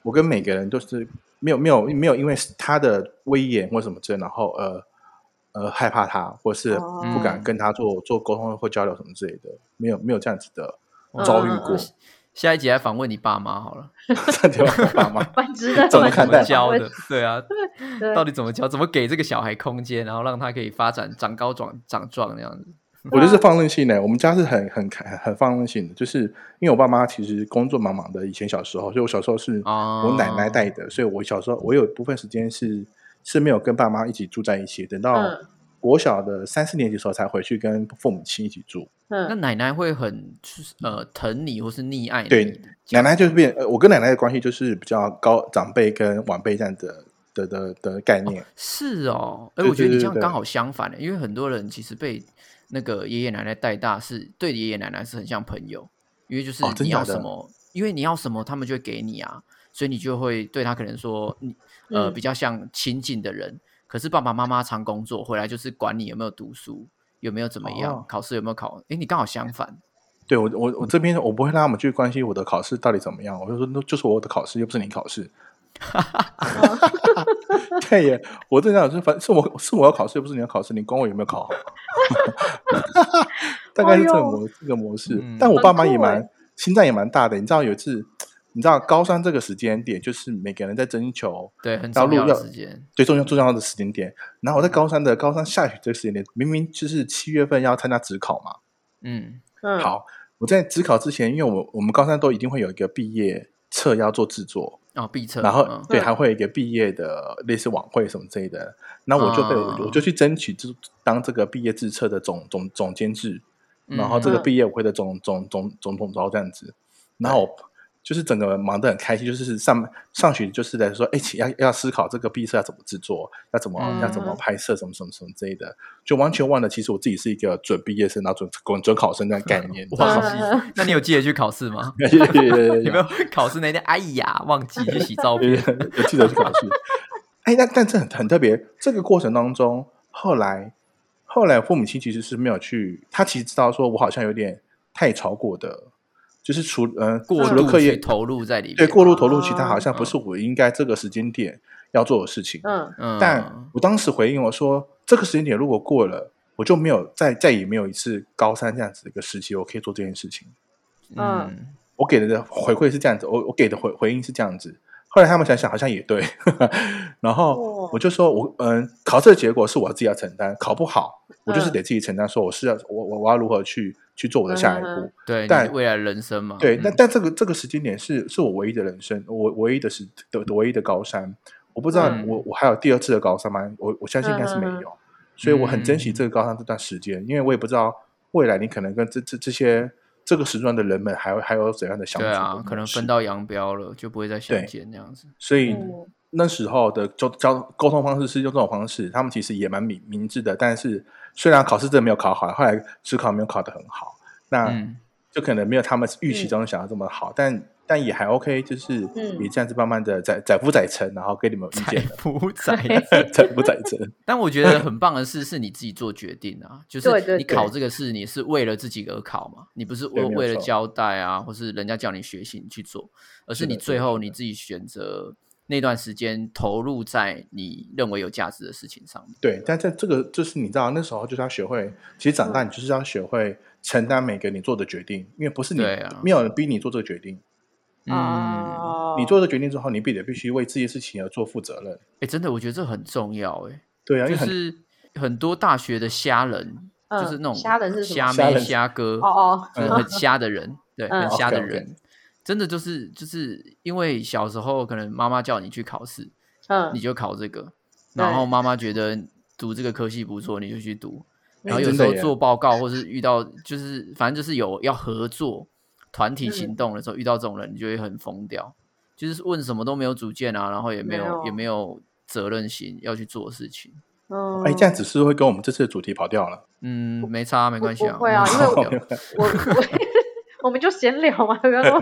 C: 我跟每个人都是没有没有没有因为他的威严或什么之类，然后呃呃害怕他，或是不敢
B: 哦
C: 跟他做、做沟通或交流什么之类的，没有没有这样子的
B: 嗯
C: 遭遇
A: 嗯嗯嗯
C: 过。
B: 下一集来访问你爸妈好了，
C: 这就我爸 妈。
A: 蛮值得
C: 怎么
A: 蛮
C: 看
A: 值得
B: 怎么
C: 待
B: 教
A: 访问
B: 的？ 对啊，
A: 对
B: 到底怎么教？怎么给这个小孩空间，然后让他可以发展长高长长壮那样子？
C: 我就是放任性的、我们家是很很开很放任性的，就是因为我爸妈其实工作忙忙的，以前小时候，所以我小时候是
B: 哦
C: 我奶奶带的，所以我小时候我有部分时间是是没有跟爸妈一起住在一起，等到
A: 嗯
C: 国小的三四年级的时候才回去跟父母亲一起住。
B: 那
A: 嗯，
B: 奶奶会很呃疼你，或是溺爱你？
C: 对，奶奶就是变，呃我跟奶奶的关系就是比较高长辈跟晚辈这样的的的的概念。
B: 是哦，哎，
C: 对
B: 我觉得你
C: 对对
B: 这样
C: 对
B: 刚好相反欸的，因为很多人其实被那个爷爷奶奶带大是，对爷爷奶奶是很像朋友，因为就是
C: 哦真
B: 你
C: 假
B: 要
C: 的
B: 什么，因为你要什么，他们就会给你啊，所以你就会对他可能说你呃
A: 嗯
B: 比较像亲近的人，可是爸爸妈妈常工作回来就是管你有没有读书，有没有怎么样，
C: 哦
B: 考试有没有考，哎，你刚好相反，
C: 对我我我这边我不会让他们去关心我的考试到底怎么样，我就说那就是我的考试，又不是你考试。 对耶，我正想说，反是我是我要考试，又不是你要考试，你管我有没有考好。 大概是这个模、这个模式，
B: 嗯
C: 但我爸妈
A: 哎
C: 也
A: 很酷哎
C: 蛮
A: 耶
C: 心脏也蛮大的。你知道有一次，你知道高三这个时间点，就是每个人在征求
B: 对，很
C: 要
B: 重
C: 录
B: 要的
C: 要
B: 时间，
C: 最重要最重要的时间点。然后我在高三的高三下学期这个时间点，明明就是七月份要参加职考嘛。
B: 嗯
A: 嗯，
C: 好，我在职考之前，因为我我们高三都一定会有一个毕业册要做制作，
B: 哦，必测，
C: 然后、
B: 嗯
C: 对
A: 嗯
C: 还会有一个毕业的类似晚会什么之类的。那我就被、
B: 哦
C: 我就去争取制当这个毕业制册的总总总监制。然后这
B: 嗯
C: 个
A: 嗯
C: 毕业舞会的总总总总总招这样子，然后我就是整个忙得很开心，就是上上学就是在说，哎，起要要思考这个毕设要怎么制作，要怎么、
B: 嗯。
C: 要怎么拍摄，什么什么什么之类的，就完全忘了其实我自己是一个准毕业生，然后准准准考生这样的概念
B: 忘
A: 哇
B: 记，那你有记得去考试吗？
C: 有有
B: 有没有考试那天？哎呀，忘记去洗照片。
C: 有记者去考试。哎，那但这很很特别，这个过程当中，后来后来父母亲其实是没有去，他其实知道说我好像有点太超过的，就是除嗯、
B: 过
C: 除了
B: 度
C: 课业
B: 去投入在里面，
C: 对过度投入，其他好像
B: 哦
C: 不是我应该这个时间点要做的事情。
A: 嗯
B: 嗯，
C: 但我当时回应我说，这个时间点如果过了，我就没有再再也没有一次高三这样子的一个时期，我可以做这件事情。
B: 嗯，
C: 我给的回馈是这样子，我我给的回回应是这样子。后来他们想想，好像也对。 然后
A: 哦
C: 我就说我嗯，考试的结果是我自己要承担，考不好我就是
A: 嗯
C: 得自己承担，说我是要我我我要如何去去做我的下一步。
A: 嗯嗯嗯
B: 对，
C: 但
B: 你未来人生嘛，
C: 对，
B: 嗯
C: 那但这个这个时间点是是我唯一的人生，我唯一的是的唯一的高山，我不知道
B: 嗯
C: 我、我还有第二次的高山吗？我我相信应该是没有，
A: 嗯嗯
C: 所以我很珍惜
B: 嗯
C: 这个高山这段时间，因为我也不知道未来你可能跟这这这些这个时段的人们还有还有怎样的相处
B: 对
C: 的
B: 啊，
C: 模
B: 可能
C: 式
B: 分道扬镳了，就不会再相
C: 对
B: 见那样子。
C: 所以
A: 嗯
C: 那时候的交交沟通方式是用这种方式，他们其实也蛮明明智的，但是虽然考试真的没有考好，后来职考没有考得很好，那。
B: 嗯，
C: 就可能没有他们预期中想的这么好，但但也还 OK，就是
A: 嗯
C: 也这样子慢慢的载载浮载沉，然后给你们有意
B: 财
C: 见的
B: 富在
A: 对
C: 载浮载沉。
B: 但我觉得很棒的是，是你自己做决定啊，就
A: 对
B: 是
A: 对
B: 你
A: 对
B: 考这个试，你是为了自己而考嘛，你不是
C: 对
B: 为
C: 没有
B: 为了
C: 错
B: 交代啊，或是人家叫你学习你去做，而是
C: 是的
B: 你
C: 是
B: 最
C: 的
B: 后
C: 是
B: 你
C: 的
B: 自己选择那段时间投入在你认为有价值的事情上面。
C: 对，但在这个就是你知道那时候就是要学会，其实长
A: 嗯
C: 大你就是要学会承担每个你做的决定，因为不是你、
B: 对啊
C: 没有人逼你做这个决定，
B: 嗯，
A: 哦，
C: 你做这个决定之后，你必得必须为这件事情而做负责任。
B: 哎，真的，我觉得这很重要，哎，
C: 对啊，
B: 就
C: 因为很
B: 是很多大学的虾人，
A: 嗯
B: 就是那种
A: 虾人是什么
B: 虾
C: 虾
B: 妹、
C: 人
B: 虾哥，
A: 哦哦，
B: 就是很瞎的人，对，
A: 嗯
B: 很瞎的
C: OK，OK
B: 人，真的就是就是因为小时候可能妈妈叫你去考试，
A: 嗯
B: 你，就考这个，
A: 对
B: 然后妈妈觉得读这个科系不错，你就去读，然后
C: 哎
A: 嗯
B: 有
C: 真
B: 时
C: 的
B: 候
C: 耶
B: 做报告或是遇到就是反正就是有要合作、团体
A: 嗯
B: 行动的时候，遇到这种人，你就会很疯掉，就是问什么都没有主见啊，然后也没有
A: 没有
B: 也没有责任心要去做事情，
A: 嗯
C: 哎，这样子是不是会跟我们这次的主题跑掉了。
B: 嗯，没差没关系啊，
A: 不会啊
B: 我
A: 因
B: 们
A: 为我
B: 跑不掉
A: 我 我我们就闲聊嘛，不要说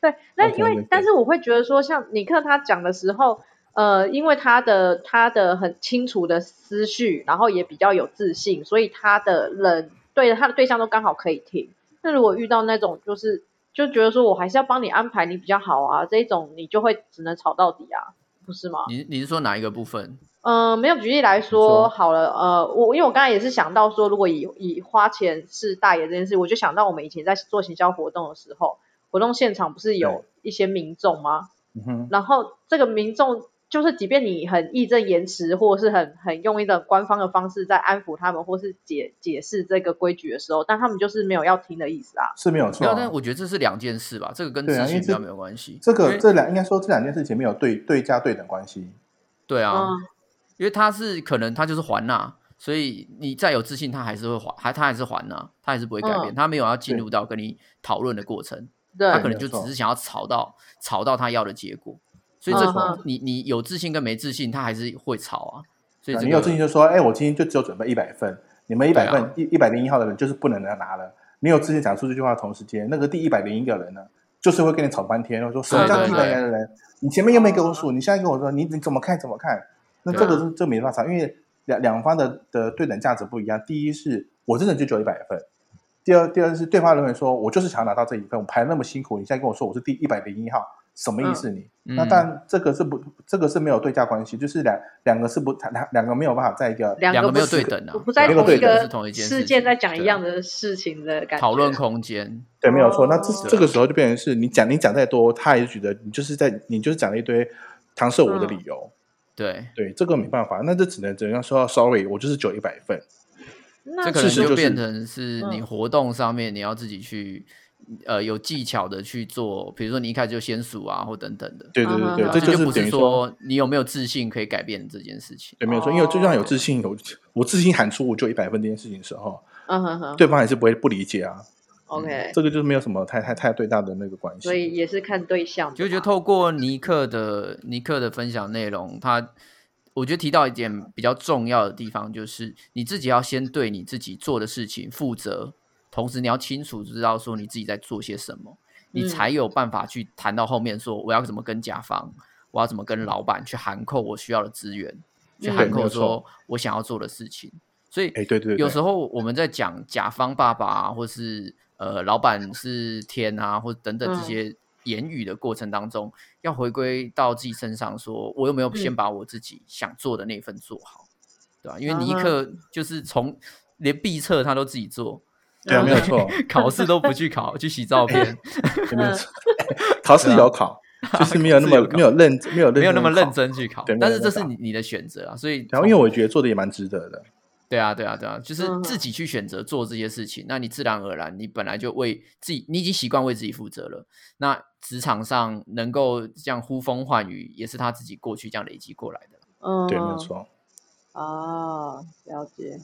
A: 对。那
C: OK，
A: 因为
C: OK
A: 但是我会觉得说，像尼克他讲的时候，呃，因为他的他的很清楚的思绪，然后也比较有自信，所以他的人对他的对象都刚好可以听。那如果遇到那种就是就觉得说我还是要帮你安排你比较好啊，这一种你就会只能吵到底啊，不是吗？
B: 你你是说哪一个部分？
A: 呃，没有举例来
C: 说
A: 说好了，呃，我因为我刚才也是想到说，如果以以花钱是大爷这件事，我就想到我们以前在做行销活动的时候，活动现场不是有一些民众吗？
C: 嗯哼，
A: 然后这个民众就是，即便你很义正言辞，或者是很很用一种官方的方式在安抚他们，或是解解释这个规矩的时候，但他们就是没有要听的意思啊。
C: 是没有错
B: 没
C: 啊、
B: 有，但我觉得这是两件事吧，这个跟
C: 对啊
B: 咨
C: 因
B: 询
C: 为
B: 比较
C: 这
B: 没有关系。
C: 这
B: 因
C: 个
B: 为
C: 这两应该说这两件事情没有对对加对等关系。
B: 对啊，
A: 嗯，
B: 因为他是可能他就是还呐、所以你再有自信，他还是会还，还他还是还呐、他还是不会改变，
A: 嗯
B: 他没有要进入到跟你讨论的过程，
A: 对，
B: 他可能
C: 没有
B: 就只
C: 错
B: 是想要吵到吵到他要的结果。所以这、
A: 嗯哼
B: 你你有自信跟没自信，他还是会吵啊。所以
C: 啊
B: 这个、
C: 你有自信就说，哎，我今天就只有准备一百份，你们一
B: 对
C: 百
B: 啊
C: 份一一百零一号的人就是不能拿了。你有自信讲出这句话的同时间，那个第一百零一个人呢，就是会跟你吵半天，然后说什么叫
A: 对
C: 第一
A: 对
C: 百
B: 对
C: 零一个人？你前面又没给我数，你现在跟我说你你怎么看怎么看？那这个
B: 对啊
C: 是这没办法，因为两两方的的对等价值不一样。第一是我真的就只有一百份，第二第二是对方认为说我就是想拿到这一份，我排那么辛苦，你现在跟我说我是第一百零一号，什么意思你？
B: 嗯
C: 那但这个是不，这个是没有对价关系，就是两两个是不，两两个没有办法在一个
A: 两
B: 两
A: 个
B: 个
A: 不
B: 没有
A: 是
B: 对等啊
A: 不，不在
C: 两个
A: 同一
C: 对等
B: 是同
A: 个
B: 一件
A: 事
B: 事
A: 件
B: 情
A: 在讲一
B: 对
A: 样的事情的感觉。
B: 讨论空间，
C: 对，没有错。
A: 哦
C: 那这这个时候就变成是你讲你讲再多，他也觉得你就是在你就是讲了一堆搪塞我的理由。
B: 对，
C: 对，这个没办法，那这只能只能说 sorry，我就是九一百分。
A: 那
B: 这可
C: 事
B: 能
C: 实就
B: 就是变成是
A: 嗯
B: 你活动上面你要自己去，呃，有技巧的去做，比如说你一开始就先数啊，或等等的，啊
C: 对
A: 嗯
C: 对
A: 哼
C: 对对，
A: 嗯
C: 这
A: 哼
C: 就
B: 不
C: 等
B: 是
C: 于说
B: 说你有没有自信可以改变这件事情。
C: 对，没有错，因为就算有自信，有我自信喊出我就一百分这件事情的时候，
A: 嗯哼哼
C: 对方还是不会不理解啊。
A: ，OK，
C: 这个就是没有什么太太太对大的那个关系。
A: 所以也是看对象嘛，
B: 就觉得透过尼克的尼克的分享内容，他我觉得提到一点比较重要的地方，就是你自己要先对你自己做的事情负责，同时你要清楚知道说你自己在做些什么，你
A: 嗯
B: 才有办法去谈到后面说我要怎么跟甲方，我要怎么跟老板去函扣我需要的资源，去
A: 嗯
B: 函
C: 对没
B: 扣
C: 有错
B: 说我想要做的事情。所以
C: 哎，对对对，
B: 有时候我们在讲甲方爸爸、啊、或是呃老板是天啊，或等等
A: 嗯
B: 这些言语的过程当中，要回归到自己身上说，我有没有先把我自己想做的那份做好，对吧、因为尼克就是从连必测他都自己做，
C: 对啊，没有错，
B: 考试都不去考，去洗照 片，
C: 没
A: 嗯
C: 有错。考
B: 啊
C: 试有考，就是没有那
B: 考试
C: 么
B: 有考
C: 没有认没有认
B: 没有那么认
C: 考。
B: 真去考
C: 对。没有
B: 但是这
C: 那
B: 是
C: 么
B: 你你的选择啊，所以
C: 然后因为我觉得做的也蛮值得的，
B: 对啊，对啊，对啊，就是
A: 嗯
B: 自己去选择做这些事情，那你自然而然，你本来就为自己，你已经习惯为自己负责了。那职场上能够这样呼风唤雨，也是他自己过去这样累积过来的。
A: 嗯，
C: 对，没有错。
A: 啊，了解。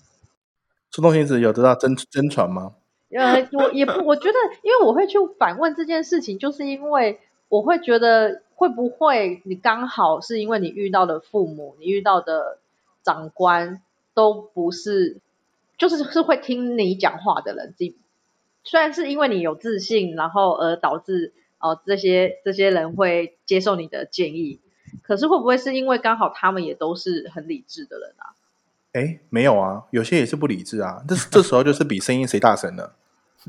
C: 苏东先子有得到真真传吗？
A: 呃，我也不，我觉得，因为我会去反问这件事情，就是因为我会觉得会不会你刚好是因为你遇到的父母，你遇到的长官都不是，就是是会听你讲话的人，即虽然是因为你有自信，然后而导致哦、呃这些这些人会接受你的建议，可是会不会是因为刚好他们也都是很理智的人啊？
C: 哎，没有啊，有些也是不理智啊。这这时候就是比声音谁大声了。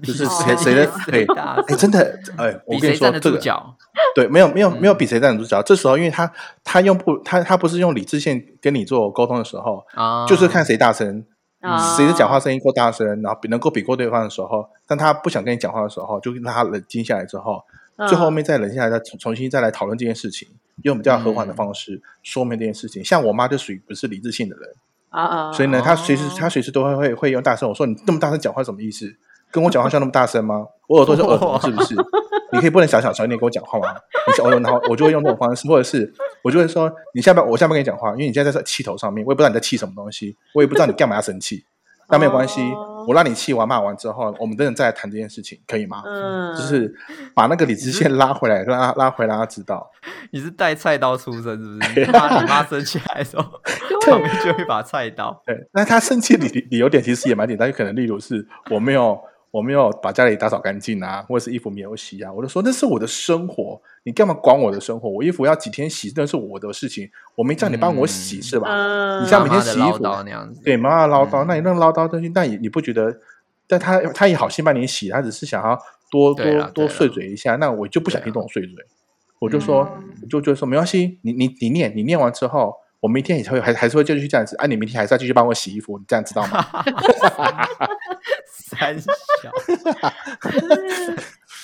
C: 就是谁 谁的对
B: 谁大
C: 哎，真的，哎，我
B: 比
C: 跟
B: 谁
C: 你说
B: 站得
C: 这
B: 住
C: 个
B: 脚？
C: 对，没有没有
B: 嗯
C: 没有比谁站得住脚。这时候，因为他他用不他他不是用理智线跟你做沟通的时候，
B: 啊，
C: 就是看谁大声，
A: 啊
C: 嗯谁的讲话声音够大声，然后比能够比过对方的时候，当他不想跟你讲话的时候，就让他冷静下来之后，最后
A: 嗯
C: 面再冷静下来，再重重新再来讨论这件事情，用比较和缓的
B: 嗯
C: 方式说明这件事情。像我妈就属于不是理智性的人，
A: 啊啊，
C: 所以呢，
B: 哦
C: 她随时她随时都会会会用大声。我说你那么大声讲话什么意思？跟我讲话像那么大声吗？我耳朵是耳聋是不是？你可以不能小小声一点跟我讲话吗？你小耳聋，然后我就会用这种方式，或者是我就会说你下班我下班跟你讲话，因为你现在在气头上面，我也不知道你在气什么东西，我也不知道你干嘛要生气。但没有关系
A: 哦，
C: 我让你气完骂完之后，我们等等再来谈这件事情，可以吗？
A: 嗯，
C: 就是把那个理智线拉回来，拉拉回来，让他知道。
B: 你是带菜刀出生是不 是？你妈你妈生起来的时候，
A: 对啊
B: 旁边就一把菜刀。
C: 对，那他生气的理理由点其实也蛮简单，就可能例如是我没有我没有把家里打扫干净啊，或者是衣服没有洗啊，我就说那是我的生活，你干嘛管我的生活？我衣服要几天洗，那是我的事情，我没叫你帮我洗、
B: 嗯
C: 是吧？
A: 嗯，
C: 你
B: 妈
C: 像每天
B: 妈的
C: 洗衣
B: 唠
C: 服啊
B: 叨那样子，
C: 对，妈妈唠叨，
B: 嗯
C: 那你那唠叨的东西，那你你不觉得？但他他也好心帮你洗，他只是想要多
B: 对
A: 啊
C: 多
B: 啦
C: 多
B: 对啦
C: 碎嘴一下，那我就不想
B: 对
C: 听
B: 啊
C: 这种碎嘴，我就说。
A: 嗯
C: 我就觉得说没关系，你你你念，你念完之后，我明天也会还还是会继续这样子。啊，你明天还是要继续帮我洗衣服，你这样知 道吗？
B: 三小，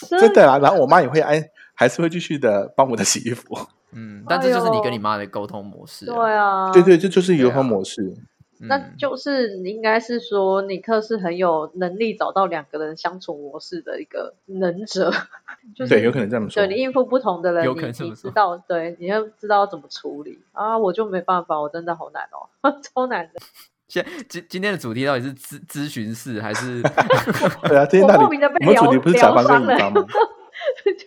C: 真的啊。然后我妈也会安，还是会继续的帮我的洗衣服。
A: 啊
B: 嗯，但这就是你
A: 哎
B: 跟你妈的沟通模式啊。
A: 对啊，
C: 对对，这就是
B: 对啊
C: 流通模式。
B: 嗯，
A: 那就是应该是说，尼克是很有能力找到两个人相处模式的一个能者，就是
C: 对，有可能这么说
A: 对。你应付不同的人，
B: 有可能这
A: 你
B: 么
A: 你知
B: 说
A: 道，对，你要知道怎么处理啊，我就没办法，我真的好难哦， 超难的，
B: 现今今天的主题到底是咨咨询室还 是
C: 对啊，今天
A: 我
C: 到底
A: 莫名的被
C: 我们主
A: 疗
C: 题不是甲方跟
A: 疗
C: 乙
A: 伤
C: 方吗？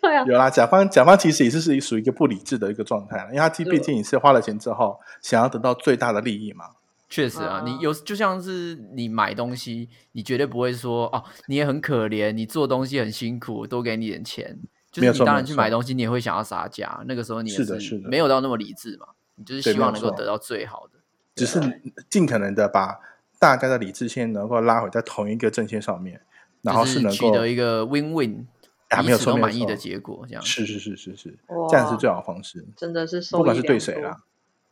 A: 对 啊，
C: 有啦，甲方甲方其实也是属于属于一个不理智的一个状态啦，因为他毕
A: 对
C: 毕竟也是花了钱之后，想要得到最大的利益嘛。
B: 确实啊，
C: 嗯
A: 啊
B: 你有就像是你买东西，你绝对不会说哦，你也很可怜，你做东西很辛苦，多给你点钱。就
C: 没有
B: 是你
C: 错
B: 当
C: 没
B: 然
C: 有
B: 去
C: 错
B: 买东西，你也会想要杀价，那个时候你也
C: 是的是的
B: 没有到那么理智嘛，你就是
C: 对
B: 希
C: 没有
B: 望能够
C: 错
B: 得到最好的。
C: 只是尽可能的把大家的理智线能够拉回在同一个阵线上面，然后
B: 就是
C: 能
B: 取
C: 够
B: 得一个 win win，
C: 啊，
B: 彼
C: 没有
B: 此
C: 错，
B: 都
C: 没有
B: 满意的
C: 错
B: 结果，这样
C: 是是是是是，
A: 哇
C: 这样是最好的方式，
A: 真的是受益
C: 不管是对
A: 良
C: 谁
A: 多
C: 啦。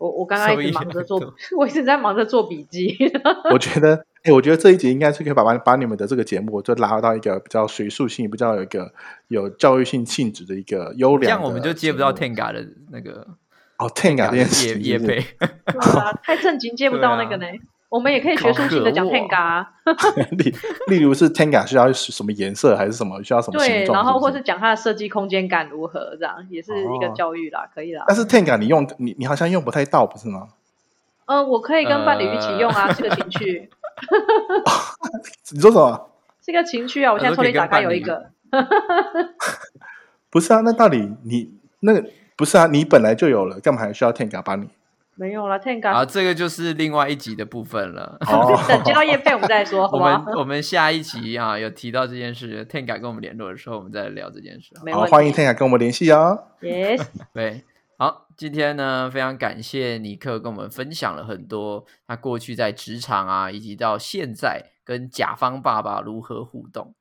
A: 我我刚刚
B: 受
A: 一
B: 益
A: 直忙着
B: 良
A: 做
B: 多，
A: 我一直在忙着做笔记。
C: 我觉得，哎、我觉得这一集应该是可以把把把你们的这个节目就拉到一个比较学术性、比较有一个有教育性性质的一个
B: 这
C: 优良的节
B: 样
C: 目。
B: 我们就接不到 Tenga 的那个呃
C: 哦 Tenga 这件事
B: 也
C: 情
B: 也
C: 是不是
B: 被
A: 对啊，太正经接不到那个呢。我们也可以学术性的讲
B: 好可恶
A: Tenga，啊
C: 例例如是 Tenga 需要什么颜色，还是什么需要什么
A: 对，
C: 形状，
A: 然后或
C: 是
A: 是
C: 不是。
A: 讲它的设计空间感如何，这样也是一个
C: 哦
A: 教育啦，可以啦。
C: 但是 Tenga 你用你你好像用不太到，不是吗？呃
A: 嗯，我可以跟伴侣一起用啊，是个情趣，
C: 你说什么？
A: 是个情趣啊。我
C: 呃
A: 现在抽屉打开有一个，
C: 不是啊，那到底你那个不是啊？你本来就有了，干嘛还需要 Tenga 帮你？
A: 没有啦 Tenga。
B: 啊，这个就是另外一集的部分了。
C: 哦
A: 等接到叶配我们再 说，好
B: 我们
A: 吗？
B: 我们下一集啊有提到这件事，Tenga 跟我们联络的时候，我们再聊这件事啊。
A: 没
C: 好，
A: 问
C: 欢迎
A: 题。
C: Tenga 跟我们联系哦。
A: Yes，
B: 对，好，今天呢，非常感谢尼克跟我们分享了很多他过去在职场啊，以及到现在跟甲方爸爸如何互动。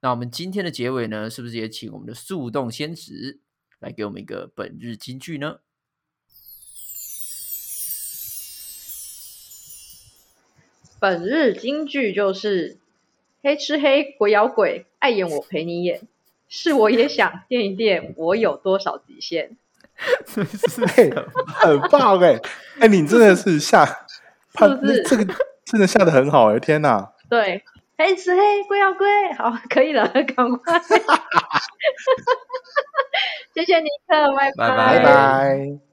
B: 那我们今天的结尾呢，是不是也请我们的速冻仙子来给我们一个本日金句呢？
A: 本日金句就是黑吃黑，鬼咬鬼，爱演我陪你演，是我也想垫一垫，我有多少极限。
B: 这是
C: 嘿
B: 什么
C: 很棒哎、哎、你真的是下，怕
A: 是不
C: 那
A: 是
C: 这个真的下的很好哎、天哪！
A: 对，黑吃黑，龟要龟，好，可以了，赶快。 谢谢尼克，拜
B: 拜
C: 拜拜。